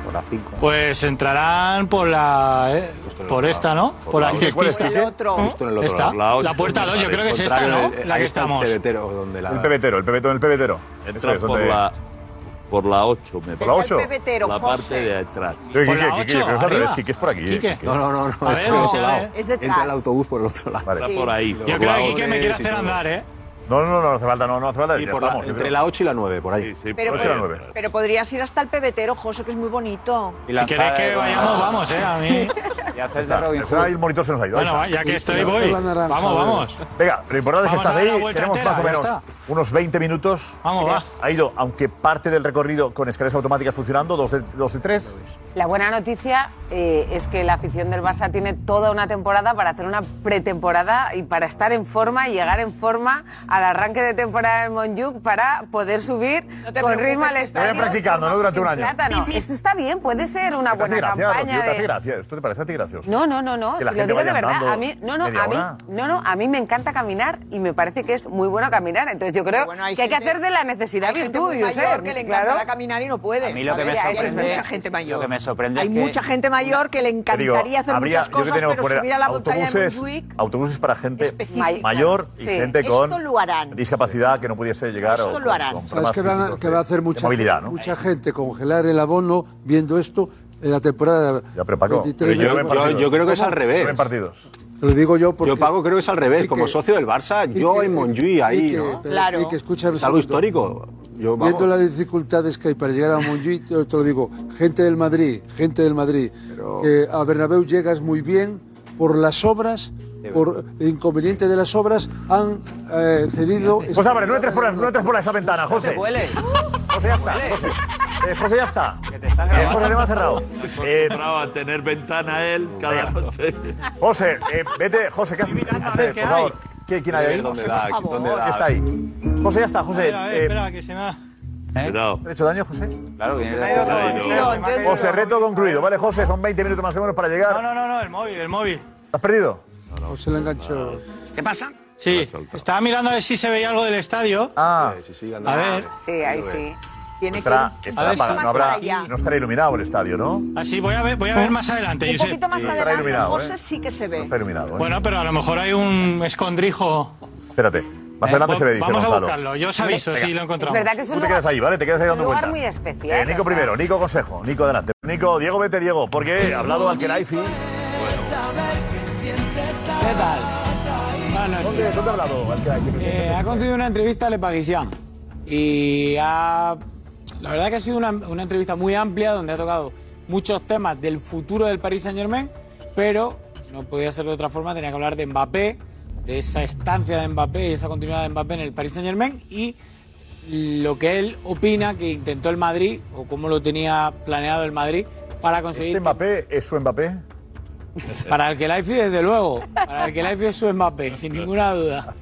Speaker 7: Por la 5. Pues entrarán por la. eh, por esta, ¿no? Por la
Speaker 16: Quique, ¿cuál es,
Speaker 7: izquierdista.
Speaker 16: Quique? Justo en el otro
Speaker 7: Esta.
Speaker 16: lado. La
Speaker 7: La,
Speaker 16: ocho,
Speaker 7: puerta 2, yo
Speaker 16: vale,
Speaker 7: creo que es esta,
Speaker 16: contrario, eh,
Speaker 7: ¿no?
Speaker 16: el-
Speaker 7: La
Speaker 16: ahí
Speaker 7: que
Speaker 16: está el
Speaker 7: estamos.
Speaker 16: pebetero, donde la-
Speaker 2: El pebetero, el pebetero, el pebetero.
Speaker 9: Entra
Speaker 2: Eso es,
Speaker 9: por
Speaker 2: donde-
Speaker 9: la, por la 8, me
Speaker 2: ¿Por la ocho?
Speaker 13: pebetero,
Speaker 9: La
Speaker 13: José.
Speaker 9: parte de atrás.
Speaker 2: Oye, Quique, Quique, yo creo que es al revés, Quique es por aquí. eh,
Speaker 9: Quique.
Speaker 2: Quique.
Speaker 16: No, no, no, no.
Speaker 9: A ver,
Speaker 16: es por
Speaker 9: vamos
Speaker 16: otro
Speaker 9: a ver.
Speaker 16: lado.
Speaker 13: Es detrás.
Speaker 16: Entra el autobús por el otro lado.
Speaker 2: Está Sí. por ahí.
Speaker 16: Los
Speaker 2: Yo creo que
Speaker 7: Quique me quiere
Speaker 16: jugadores y
Speaker 7: hacer
Speaker 16: todo.
Speaker 7: andar, ¿eh?
Speaker 2: No, no, no, no hace falta, no, no hace falta.
Speaker 16: Y
Speaker 2: ya
Speaker 16: por la-
Speaker 2: estamos, yo
Speaker 16: entre
Speaker 2: creo.
Speaker 16: la 8 y la 9, por ahí.
Speaker 13: Pero,
Speaker 2: 8 y la 9.
Speaker 13: pero podrías ir hasta el pebetero, José, que es muy bonito.
Speaker 16: Y la-
Speaker 7: Si queréis que vayamos, vamos, ¿eh? A mí.
Speaker 2: el monitor se nos ha ido. ahí
Speaker 7: Bueno,
Speaker 2: está.
Speaker 7: ya que estoy, voy. Vamos, vamos.
Speaker 2: Venga, lo importante es que
Speaker 7: Vamos a
Speaker 2: estás
Speaker 7: dar la
Speaker 2: ahí.
Speaker 7: vuelta
Speaker 2: Tenemos
Speaker 7: entera,
Speaker 2: más o
Speaker 7: ya
Speaker 2: menos
Speaker 7: está.
Speaker 2: unos 20 minutos.
Speaker 7: Vamos, va.
Speaker 2: Ha ido, aunque parte del recorrido con escaleras automáticas funcionando, dos de, dos de tres.
Speaker 4: La buena noticia eh, es que la afición del Barça tiene toda una temporada para hacer una pretemporada y para estar en forma y llegar en forma al arranque de temporada en Montjuic para poder subir
Speaker 13: te
Speaker 4: con
Speaker 13: preocupes,
Speaker 4: ritmo al
Speaker 13: que
Speaker 4: estadio.
Speaker 2: Vayan practicando, ¿no? Durante un
Speaker 4: sin
Speaker 2: año.
Speaker 4: plátano. Esto está bien, puede ser una
Speaker 2: ¿Te hace
Speaker 4: buena
Speaker 2: gracia,
Speaker 4: campaña.
Speaker 2: Rocío? ¿Te hace
Speaker 4: de-
Speaker 2: gracia? ¿Esto te parece a ti gracioso?
Speaker 4: No, no, no, no.
Speaker 2: Que
Speaker 4: Si
Speaker 2: la
Speaker 4: lo
Speaker 2: gente
Speaker 4: digo de
Speaker 2: vaya
Speaker 4: verdad,
Speaker 2: andando
Speaker 4: a mí, no, no,
Speaker 2: media
Speaker 4: a mí,
Speaker 2: hora.
Speaker 4: no, no, a mí me encanta caminar y me parece que es muy bueno caminar. Entonces yo creo
Speaker 13: hay
Speaker 4: que hay que
Speaker 13: gente-
Speaker 4: hacer de la necesidad
Speaker 13: Gente
Speaker 4: virtud,
Speaker 13: muy
Speaker 4: yo sé.
Speaker 13: mayor que le encantará caminar y no puede.
Speaker 8: A mí lo que me
Speaker 13: ¿sabes? Eso
Speaker 8: sorprende-
Speaker 13: es mucha gente mayor.
Speaker 8: lo que me sorprende
Speaker 13: Hay
Speaker 8: es que-
Speaker 13: mucha gente mayor que le
Speaker 2: Te digo,
Speaker 13: encantaría hacer
Speaker 2: habría-
Speaker 13: muchas
Speaker 2: yo creo que
Speaker 13: cosas,
Speaker 2: tenemos que
Speaker 13: pero
Speaker 2: poner
Speaker 13: subir a la montaña de
Speaker 2: autobuses,
Speaker 13: Montjuic
Speaker 2: autobuses para gente
Speaker 13: Específica.
Speaker 2: mayor y
Speaker 13: Sí.
Speaker 2: gente
Speaker 13: Esto
Speaker 2: con
Speaker 13: lo harán.
Speaker 2: discapacidad que no pudiese llegar
Speaker 13: Esto
Speaker 2: o
Speaker 13: lo harán.
Speaker 2: con
Speaker 14: Sabes
Speaker 2: problemas
Speaker 14: que van,
Speaker 2: físicos
Speaker 14: que
Speaker 2: de-
Speaker 14: va a hacer
Speaker 2: de
Speaker 14: mucha,
Speaker 2: movilidad, ¿no?
Speaker 14: mucha gente congelar el abono viendo esto en la temporada
Speaker 2: Ya, pero Paco,
Speaker 14: 23,
Speaker 16: yo- yo- yo creo que es al revés.
Speaker 2: En partidos.
Speaker 14: Te lo digo yo porque...
Speaker 16: Yo pago, creo que es al revés. Como socio del Barça, yo en Montjuïc, ahí,
Speaker 14: Quique,
Speaker 16: ¿no?
Speaker 14: pero, Claro. Quique, escúchame
Speaker 16: Es algo
Speaker 14: un segundo.
Speaker 16: histórico. Yo, vamos.
Speaker 14: Viendo las dificultades que hay para llegar a Montjuic, te te lo digo, gente del Madrid, gente del Madrid, que a Bernabéu llegas muy bien por las obras, por el inconveniente de las obras, han eh, cedido...
Speaker 2: Pues abre, no entres por, la- no entres por esa ventana, José. [LAUGHS] José, ya está. José, Eh, José, ya está. Eh, José, le va cerrado.
Speaker 9: Acostumbrado a tener ventana él cada noche.
Speaker 2: José, eh, vete, José, ¿qué haces? José, por favor. ¿Qué- ¿Quién hay ahí?
Speaker 9: ¿Dónde da?
Speaker 2: José, por
Speaker 9: ¿Dónde
Speaker 2: favor.
Speaker 9: da?
Speaker 2: Está ahí. José, ya está, José.
Speaker 7: Espera, a ver, [LAUGHS]
Speaker 2: eh,
Speaker 7: espera, que se me va.
Speaker 9: Cuidado.
Speaker 2: ¿Te he hecho daño, José?
Speaker 9: Claro, viene
Speaker 2: José, reto concluido. Vale, José, son 20 minutos más o menos para llegar.
Speaker 7: No, no, no, el móvil, el móvil.
Speaker 2: ¿Has perdido?
Speaker 14: O se le enganchó.
Speaker 10: ¿Qué pasa?
Speaker 7: Sí, estaba mirando a ver si se veía algo del estadio. Ah,
Speaker 2: Sí, sí,
Speaker 7: a ver.
Speaker 4: Sí, ahí sí. Tiene
Speaker 2: Estará-
Speaker 4: que ir
Speaker 2: estará
Speaker 4: un poquito
Speaker 2: apagado,
Speaker 4: más
Speaker 2: no, Ah, habrá-
Speaker 4: para allá.
Speaker 2: no estará iluminado el estadio, ¿no?
Speaker 7: Así Ah, voy a ver, voy a ver más adelante,
Speaker 4: Un
Speaker 7: Josep.
Speaker 4: poquito más
Speaker 2: Sí, estará
Speaker 4: adelante,
Speaker 2: iluminado,
Speaker 4: José
Speaker 2: ¿eh?
Speaker 4: sí que se ve.
Speaker 2: Está iluminado. ¿eh?
Speaker 7: Bueno, pero a lo mejor hay un escondrijo.
Speaker 2: Espérate. Más adelante
Speaker 7: Eh,
Speaker 2: se ve,
Speaker 7: va-
Speaker 2: dice
Speaker 7: vamos a
Speaker 2: Gonzalo.
Speaker 7: buscarlo, yo os aviso si lo encontramos.
Speaker 4: Es verdad que es un
Speaker 2: Tú te
Speaker 4: lugar-
Speaker 2: quedas ahí, ¿vale? Te quedas ahí
Speaker 4: un
Speaker 2: dando
Speaker 4: lugar
Speaker 2: vueltas.
Speaker 4: muy especial.
Speaker 2: Eh, Nico
Speaker 4: o sea.
Speaker 2: primero, Nico consejo, Nico adelante. Nico, Diego, vete Diego, porque he hablado al Keraifi.
Speaker 22: ¿Qué tal? Buenas noches. ¿Dónde,
Speaker 2: ha hablado
Speaker 22: Eh, ha concedido una entrevista a Le Parisien y ha, la verdad que ha sido una, una entrevista muy amplia donde ha tocado muchos temas del futuro del Paris Saint Germain, pero no podía ser de otra forma, tenía que hablar de Mbappé, de esa estancia de Mbappé y esa continuidad de Mbappé en el Paris Saint Germain y lo que él opina que intentó el Madrid o cómo lo tenía planeado el Madrid para conseguir...
Speaker 2: ¿Este Mbappé es su Mbappé?
Speaker 22: Para el que Life, desde luego. Para el que Life es su Mbappé, sin ninguna duda.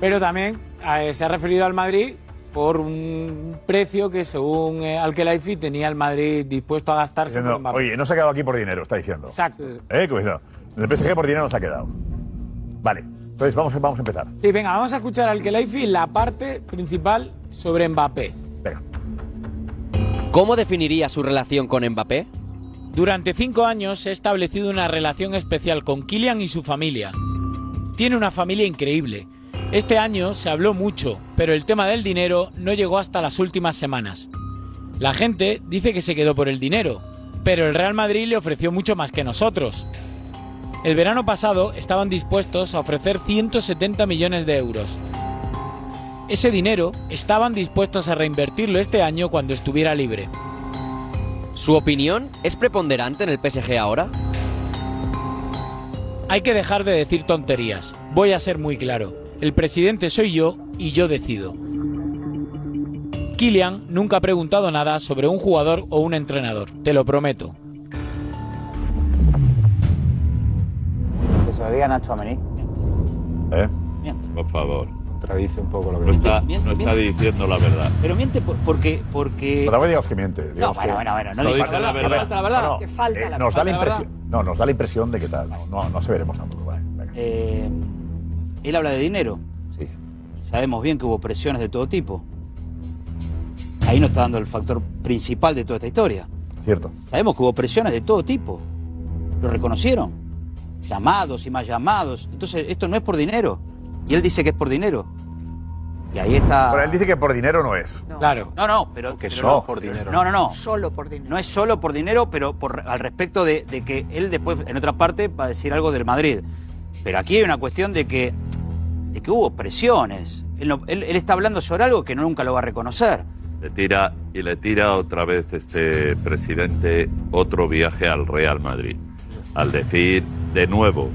Speaker 22: Pero también eh, se ha referido al Madrid por un precio que, según eh, al que Life, tenía el Madrid dispuesto a gastarse por
Speaker 2: Diciendo,
Speaker 22: Mbappé.
Speaker 2: Oye, no se ha quedado aquí por dinero, está diciendo.
Speaker 22: Exacto.
Speaker 2: Eh, cuidado. El PSG por dinero no se ha quedado. Vale, entonces vamos, vamos a empezar.
Speaker 22: Sí, venga, vamos a escuchar al que Life la parte principal sobre Mbappé.
Speaker 6: ¿Cómo definiría su relación con Mbappé?
Speaker 22: Durante cinco años he establecido una relación especial con Kylian y su familia. Tiene una familia increíble. Este año se habló mucho, pero el tema del dinero no llegó hasta las últimas semanas. La gente dice que se quedó por el dinero, pero el Real Madrid le ofreció mucho más que nosotros. El verano pasado estaban dispuestos a ofrecer 170 millones de euros. Ese dinero estaban dispuestos a reinvertirlo este año cuando estuviera libre.
Speaker 6: ¿Su opinión es preponderante en el PSG ahora?
Speaker 22: Hay que dejar de decir tonterías. Voy a ser muy claro. El presidente soy yo y yo decido. Kylian nunca ha preguntado nada sobre un jugador o un entrenador, te lo prometo.
Speaker 8: Que se lo digan a Chouameni.
Speaker 2: ¿Eh?
Speaker 9: Por favor.
Speaker 16: Contradice un poco lo que
Speaker 9: No está,
Speaker 8: Miente,
Speaker 9: no está
Speaker 8: miente.
Speaker 9: diciendo la verdad.
Speaker 5: Pero miente por- porque. porque...
Speaker 2: Pero tampoco digamos que miente. digamos
Speaker 5: bueno,
Speaker 2: que-
Speaker 5: bueno, bueno, no
Speaker 2: Lo
Speaker 5: dice
Speaker 2: dice
Speaker 5: la verdad, falta la verdad. Que falta la-
Speaker 2: eh, nos da la
Speaker 5: falta la verdad.
Speaker 2: impresión. No, nos da la impresión de que tal. No, no, no se veremos tampoco. Vale, venga.
Speaker 5: eh, él habla de dinero.
Speaker 2: Sí.
Speaker 5: Sabemos bien que hubo presiones de todo tipo. Ahí no está dando el factor principal de toda esta historia.
Speaker 2: Cierto.
Speaker 5: Sabemos que hubo presiones de todo tipo. Lo reconocieron. Llamados y más llamados. Entonces, esto no es por dinero. Y él dice que es por dinero. Y ahí está.
Speaker 2: Pero él dice que por dinero no es.
Speaker 22: Claro.
Speaker 5: No, no, pero.
Speaker 2: Que
Speaker 5: pero
Speaker 2: so.
Speaker 5: no, No, no, no.
Speaker 13: Solo por dinero.
Speaker 5: No es solo por dinero, pero por, al respecto de, de que él después, en otra parte, va a decir algo del Madrid. Pero aquí hay una cuestión de que, de que hubo presiones. Él, no- él- él está hablando sobre algo que nunca lo va a reconocer.
Speaker 9: Le tira y le tira otra vez este presidente otro viaje al Real Madrid. Al decir de nuevo,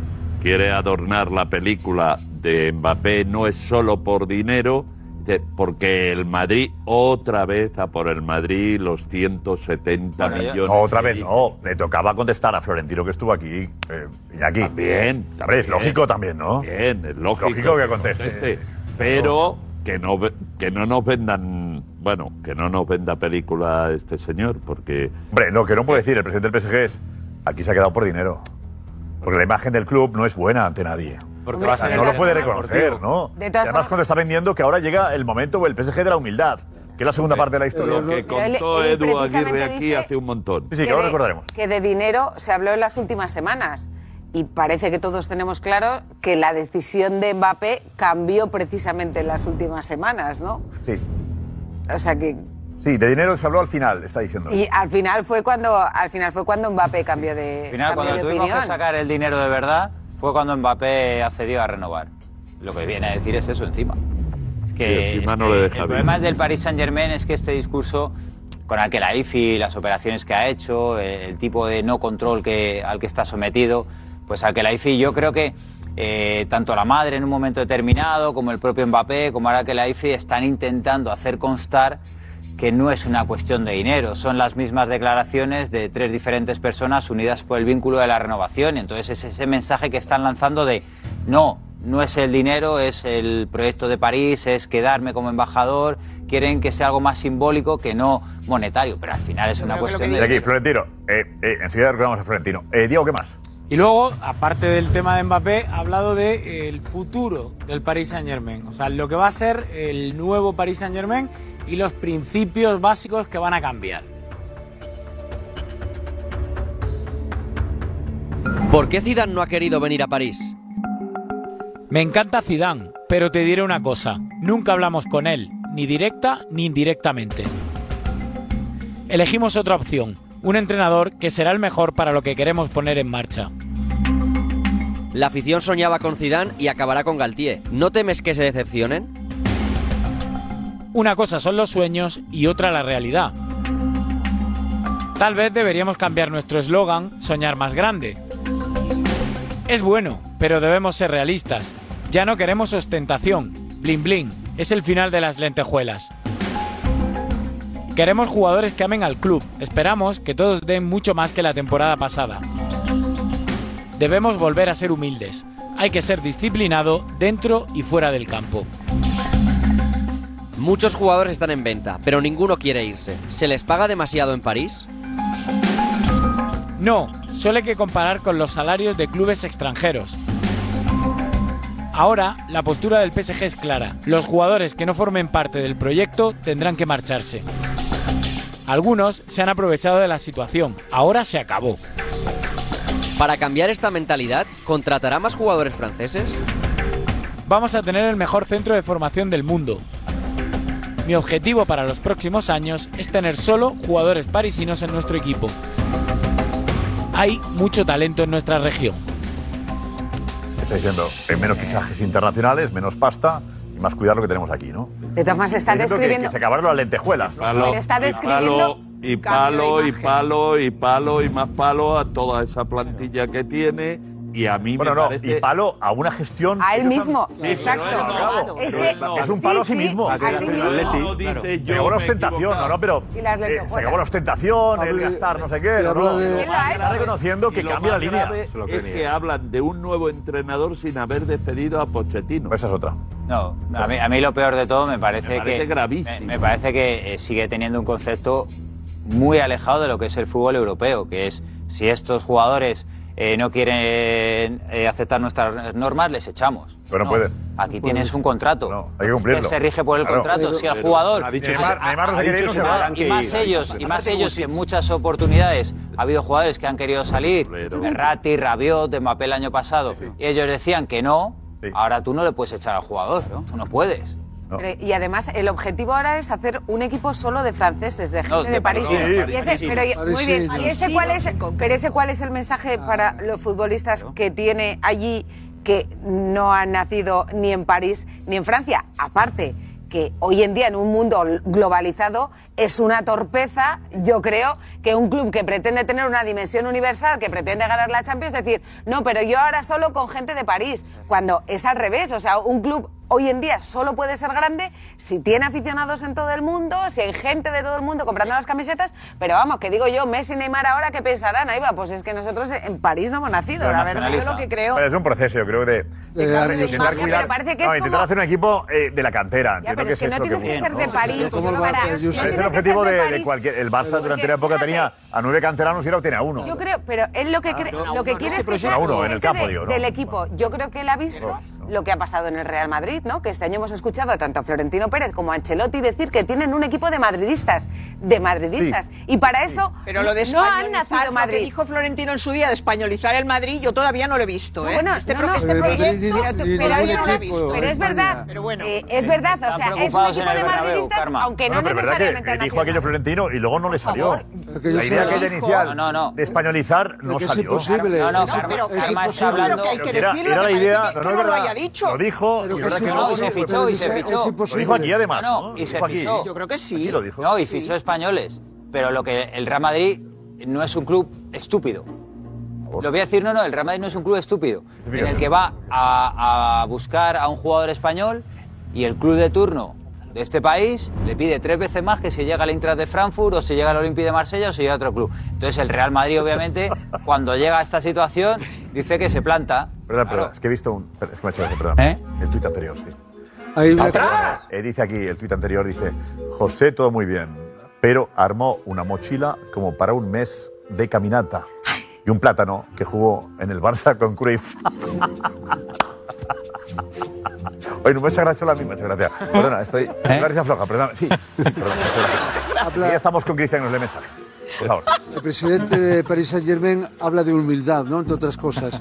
Speaker 9: quiere adornar la película de Mbappé no es solo por dinero, dice, porque el Madrid otra vez a por el Madrid los 170 millones.
Speaker 2: No, otra vez, no. Le tocaba contestar a Florentino que estuvo aquí. eh, y aquí.
Speaker 9: También.
Speaker 2: A ver, es
Speaker 9: también.
Speaker 2: lógico también, ¿no?
Speaker 9: Bien, es lógico,
Speaker 2: Lógico que conteste.
Speaker 9: Pero que no, ve- que no nos vendan, bueno, que no nos venda película este señor, porque...
Speaker 2: Hombre, lo que no puede decir el presidente del PSG es: aquí se ha quedado por dinero. Porque la imagen del club no es buena ante nadie.
Speaker 16: Porque
Speaker 2: O
Speaker 16: va a
Speaker 2: sea,
Speaker 16: ser
Speaker 2: no
Speaker 16: el
Speaker 2: lo puede
Speaker 16: deportivo.
Speaker 2: reconocer, ¿no?
Speaker 4: De
Speaker 2: Y además,
Speaker 4: todas formas-
Speaker 2: cuando está vendiendo, que ahora llega el momento, el PSG de la humildad, que es la segunda parte de la historia.
Speaker 9: Eh, Lo que contó
Speaker 4: él
Speaker 9: Edu
Speaker 4: precisamente
Speaker 9: Aguirre aquí
Speaker 4: dice
Speaker 9: hace un montón.
Speaker 2: Sí, sí, que ahora recordaremos.
Speaker 4: que de dinero se habló en las últimas semanas. Y parece que todos tenemos claro que la decisión de Mbappé cambió precisamente en las últimas semanas, ¿no?
Speaker 2: Sí.
Speaker 4: O sea que
Speaker 2: Sí, de dinero se habló al final, está diciendo.
Speaker 4: y al final fue cuando al final fue cuando Mbappé cambió de
Speaker 8: Al final,
Speaker 4: cambió
Speaker 8: cuando
Speaker 4: de
Speaker 8: tuvimos
Speaker 4: opinión.
Speaker 8: que sacar el dinero de verdad, fue cuando Mbappé accedió a renovar. Lo que viene a decir es eso encima. Es que,
Speaker 9: Y encima
Speaker 8: es
Speaker 9: no
Speaker 8: que
Speaker 9: le
Speaker 8: el
Speaker 9: deja
Speaker 8: problema
Speaker 9: bien.
Speaker 8: del Paris Saint Germain es que este discurso con el que la IFI, las operaciones que ha hecho, el, el tipo de no control que, al que está sometido, pues al que la IFI yo creo que eh, tanto la madre en un momento determinado como el propio Mbappé, como ahora que la IFI están intentando hacer constar que no es una cuestión de dinero, son las mismas declaraciones de tres diferentes personas unidas por el vínculo de la renovación. Entonces es ese mensaje que están lanzando de no, no es el dinero, es el proyecto de París, es quedarme como embajador, quieren que sea algo más simbólico que no monetario, pero al final es una cuestión
Speaker 2: Y
Speaker 8: de...
Speaker 2: aquí, Florentino. Eh, eh, enseguida recordamos a Florentino. Eh, Diego, ¿qué más?
Speaker 1: Y luego, aparte del tema de Mbappé, ha hablado del futuro del Paris Saint Germain. O sea, lo que va a ser el nuevo Paris Saint Germain y los principios básicos que van a cambiar.
Speaker 6: ¿Por qué Zidane no ha querido venir a París?
Speaker 22: Me encanta Zidane, pero te diré una cosa, nunca hablamos con él, ni directa ni indirectamente. Elegimos otra opción, un entrenador que será el mejor para lo que queremos poner en marcha.
Speaker 6: La afición soñaba con Zidane y acabará con Galtier. ¿No temes que se decepcionen?
Speaker 22: Una cosa son los sueños y otra la realidad. Tal vez deberíamos cambiar nuestro eslogan, soñar más grande. Es bueno, pero debemos ser realistas. Ya no queremos ostentación, blin blin, es el final de las lentejuelas. Queremos jugadores que amen al club, esperamos que todos den mucho más que la temporada pasada. Debemos volver a ser humildes, hay que ser disciplinado dentro y fuera del campo.
Speaker 6: Muchos jugadores están en venta, pero ninguno quiere irse. ¿Se les paga demasiado en París?
Speaker 22: No, solo hay que comparar con los salarios de clubes extranjeros. Ahora, la postura del PSG es clara. Los jugadores que no formen parte del proyecto tendrán que marcharse. Algunos se han aprovechado de la situación. Ahora se acabó.
Speaker 6: Para cambiar esta mentalidad, ¿contratará más jugadores franceses?
Speaker 22: Vamos a tener el mejor centro de formación del mundo. Mi objetivo para los próximos años es tener solo jugadores parisinos en nuestro equipo. Hay mucho talento en nuestra región.
Speaker 2: Está diciendo, eh, menos fichajes internacionales, menos pasta y más cuidar lo que tenemos aquí, ¿no?
Speaker 4: De todas maneras, está
Speaker 2: Diciendo que-
Speaker 4: describiendo.
Speaker 2: Que, se acabaron las lentejuelas. ¿no?
Speaker 9: Palo,
Speaker 4: Pero está
Speaker 9: y palo,
Speaker 4: describiendo
Speaker 9: y
Speaker 4: cambio
Speaker 9: palo,
Speaker 4: de
Speaker 9: y palo, y palo, y más palo a toda esa plantilla que tiene. Y a mí
Speaker 2: Bueno,
Speaker 9: me
Speaker 2: no,
Speaker 9: parece...
Speaker 2: y palo a una gestión...
Speaker 4: A él mismo.
Speaker 9: Sí, pero él
Speaker 4: Exacto.
Speaker 9: no.
Speaker 4: Es
Speaker 9: Pero
Speaker 4: que.
Speaker 9: él no.
Speaker 2: Es un palo a sí
Speaker 4: sí,
Speaker 2: mismo.
Speaker 4: a sí mismo.
Speaker 2: se acabó la ostentación, no, no, pero
Speaker 4: Y
Speaker 2: eh,
Speaker 4: las lentejuelas.
Speaker 2: se acabó la ostentación, el
Speaker 9: Hable-
Speaker 2: gastar, no sé qué,
Speaker 9: Pero
Speaker 2: no,
Speaker 9: no,
Speaker 2: no.
Speaker 9: y lo
Speaker 2: Está
Speaker 9: más grave-
Speaker 2: reconociendo que
Speaker 9: y lo
Speaker 2: cambia la
Speaker 9: más
Speaker 2: línea.
Speaker 9: grave
Speaker 2: Se lo
Speaker 9: Es
Speaker 2: creía.
Speaker 9: que hablan de un nuevo entrenador sin haber despedido a Pochettino.
Speaker 2: Esa es otra.
Speaker 8: No, a mí, a mí lo peor de todo me parece,
Speaker 9: Me parece
Speaker 8: que
Speaker 9: gravísimo.
Speaker 8: Me, me parece que eh, sigue teniendo un concepto muy alejado de lo que es el fútbol europeo, que es si estos jugadores eh, no quieren eh, aceptar nuestras normas les echamos.
Speaker 2: Pero no pueden.
Speaker 8: Aquí
Speaker 2: No
Speaker 8: tienes
Speaker 2: pueden.
Speaker 8: un contrato.
Speaker 2: hay que cumplirlo.
Speaker 8: Usted se rige por el
Speaker 2: Claro.
Speaker 8: contrato.
Speaker 2: Pero-
Speaker 8: si el
Speaker 2: pero-
Speaker 8: jugador
Speaker 2: ha dicho Neymar- Neymar no se
Speaker 8: ha
Speaker 2: quiere ir,
Speaker 8: dicho
Speaker 2: no se
Speaker 8: nada,
Speaker 2: va.
Speaker 8: y más
Speaker 2: Tranqui.
Speaker 8: ellos, y más
Speaker 2: Aparte,
Speaker 8: ellos que en muchas oportunidades ha habido jugadores que han querido salir, Berratti, Rabiot, Mbappé el año pasado, y ellos decían que no. Ahora tú no le puedes echar al jugador, tú no puedes.
Speaker 4: Pero- Y además, el objetivo ahora es hacer un equipo solo de franceses, de gente
Speaker 8: No,
Speaker 4: de
Speaker 8: de
Speaker 4: París.
Speaker 8: parisinos,
Speaker 4: Y ese- pero,
Speaker 8: parisinos.
Speaker 4: muy bien, ¿y ese cuál es,
Speaker 13: Parisinos en
Speaker 4: pero ese cuál es el mensaje para los futbolistas que tiene allí que no han nacido ni en París ni en Francia? Aparte, que hoy en día en un mundo globalizado es una torpeza, yo creo, que un club que pretende tener una dimensión universal, que pretende ganar la Champions, decir, no, pero yo ahora solo con gente de París, cuando es al revés, o sea, un club hoy en día solo puede ser grande si tiene aficionados en todo el mundo, si hay gente de todo el mundo comprando las camisetas, pero vamos, que digo yo, Messi y Neymar ahora, ¿qué pensarán? Ahí va, pues es que nosotros en París no hemos nacido, la verdad, yo lo que creo...
Speaker 2: Pero es un proceso, yo creo, de,
Speaker 4: De cambio de imagen, pero parece que es
Speaker 2: no, intentar
Speaker 4: como-
Speaker 2: hacer un equipo eh, de la cantera. Entiendo
Speaker 4: pero
Speaker 2: que
Speaker 4: es que
Speaker 2: es
Speaker 4: no
Speaker 2: eso
Speaker 4: tienes que
Speaker 2: buscan,
Speaker 4: ser de
Speaker 2: ¿no?
Speaker 4: París, Pero como el Barça, para- yo sé.
Speaker 2: Es el
Speaker 4: tienes que
Speaker 2: objetivo
Speaker 4: ser de
Speaker 2: de, de
Speaker 4: París.
Speaker 2: cualquier. El Barça durante una época tenía a nueve canteranos y ahora tiene a uno.
Speaker 4: Yo creo, pero él lo que,
Speaker 2: Ah,
Speaker 4: cree-
Speaker 2: no,
Speaker 4: lo que
Speaker 2: no,
Speaker 4: quiere
Speaker 2: no,
Speaker 4: es que
Speaker 2: pero
Speaker 4: sea
Speaker 2: uno en el
Speaker 4: gente
Speaker 2: campo,
Speaker 4: de-
Speaker 2: digo, ¿no?
Speaker 4: del equipo. Yo creo que él ha visto lo que ha pasado en el Real Madrid, ¿no? Que este año hemos escuchado a tanto a Florentino Pérez como a Ancelotti decir que tienen un equipo de madridistas, de madridistas. Y para eso
Speaker 13: Pero lo de
Speaker 4: no han
Speaker 13: españolizar,
Speaker 4: nacido
Speaker 13: lo
Speaker 4: Madrid.
Speaker 13: que dijo Florentino en su día de españolizar el Madrid, yo todavía no lo he visto. ¿eh?
Speaker 4: Bueno,
Speaker 13: este,
Speaker 4: no,
Speaker 13: pro-
Speaker 4: no,
Speaker 13: este
Speaker 4: pero
Speaker 13: proyecto,
Speaker 4: Madrid ni- ni
Speaker 13: pero
Speaker 4: ningún
Speaker 13: yo no lo he
Speaker 4: equipo
Speaker 13: visto.
Speaker 4: Pero es verdad, eh, es verdad, o sea, es un
Speaker 8: preocupados
Speaker 4: equipo
Speaker 8: en
Speaker 4: de
Speaker 8: el Bernabéu,
Speaker 4: madridistas,
Speaker 8: Karma.
Speaker 4: aunque no
Speaker 2: Bueno, pero es
Speaker 4: necesariamente
Speaker 2: verdad que, que dijo aquello Florentino y luego no le salió.
Speaker 8: que yo
Speaker 2: La idea
Speaker 8: sé-
Speaker 2: aquella
Speaker 8: Dijo-
Speaker 2: inicial
Speaker 8: No, no,
Speaker 2: de españolizar no
Speaker 8: que es
Speaker 2: salió.
Speaker 8: imposible. No, no, Karma-
Speaker 13: pero
Speaker 8: Karma
Speaker 13: es
Speaker 8: está
Speaker 13: imposible.
Speaker 8: hablando-
Speaker 13: Pero que hay que
Speaker 2: Era,
Speaker 13: decirlo,
Speaker 2: era la
Speaker 13: que
Speaker 2: idea,
Speaker 13: parece
Speaker 2: no,
Speaker 13: que
Speaker 2: no, es
Speaker 13: no lo
Speaker 2: verdad.
Speaker 13: haya dicho.
Speaker 2: Lo dijo,
Speaker 13: Pero
Speaker 2: y
Speaker 13: que
Speaker 2: verdad
Speaker 13: es
Speaker 2: que
Speaker 8: No,
Speaker 2: no,
Speaker 8: y se
Speaker 2: no,
Speaker 8: fichó, y se
Speaker 2: es
Speaker 8: fichó.
Speaker 2: imposible. Lo dijo aquí además.
Speaker 8: No,
Speaker 2: ¿no?
Speaker 8: y
Speaker 2: Lo
Speaker 8: se
Speaker 2: dijo aquí.
Speaker 8: fichó.
Speaker 13: Yo creo que sí.
Speaker 2: Aquí lo dijo.
Speaker 8: No, y fichó españoles. Pero lo que el Real Madrid no es un club estúpido. Lo voy a decir, no, no, el Real Madrid no es un club estúpido. En el que va a, a buscar a un jugador español y el club de turno de este país le pide tres veces más que si llega al Intra de Frankfurt o si llega al Olympique de Marsella o si llega a otro club. Entonces el Real Madrid, obviamente, cuando llega a esta situación, dice que se planta.
Speaker 2: Perdón, perdón, es que he visto un. per- Es que me ha hecho gracia, perdón. El tuit anterior, sí.
Speaker 14: Ahí
Speaker 2: Eh, dice aquí, el tuit anterior dice: José, todo muy bien, pero armó una mochila como para un mes de caminata. y un plátano que jugó en el Barça con Cruyff. Oye, no me has hecho la misma, muchas gracias. Perdona, estoy. La risa floja, perdona. Sí, sí, perdona, muchas gracias. Y ya estamos con Cristian, nos le mensajes. Por favor.
Speaker 14: El presidente de Paris Saint Germain habla de humildad, ¿no? Entre otras cosas.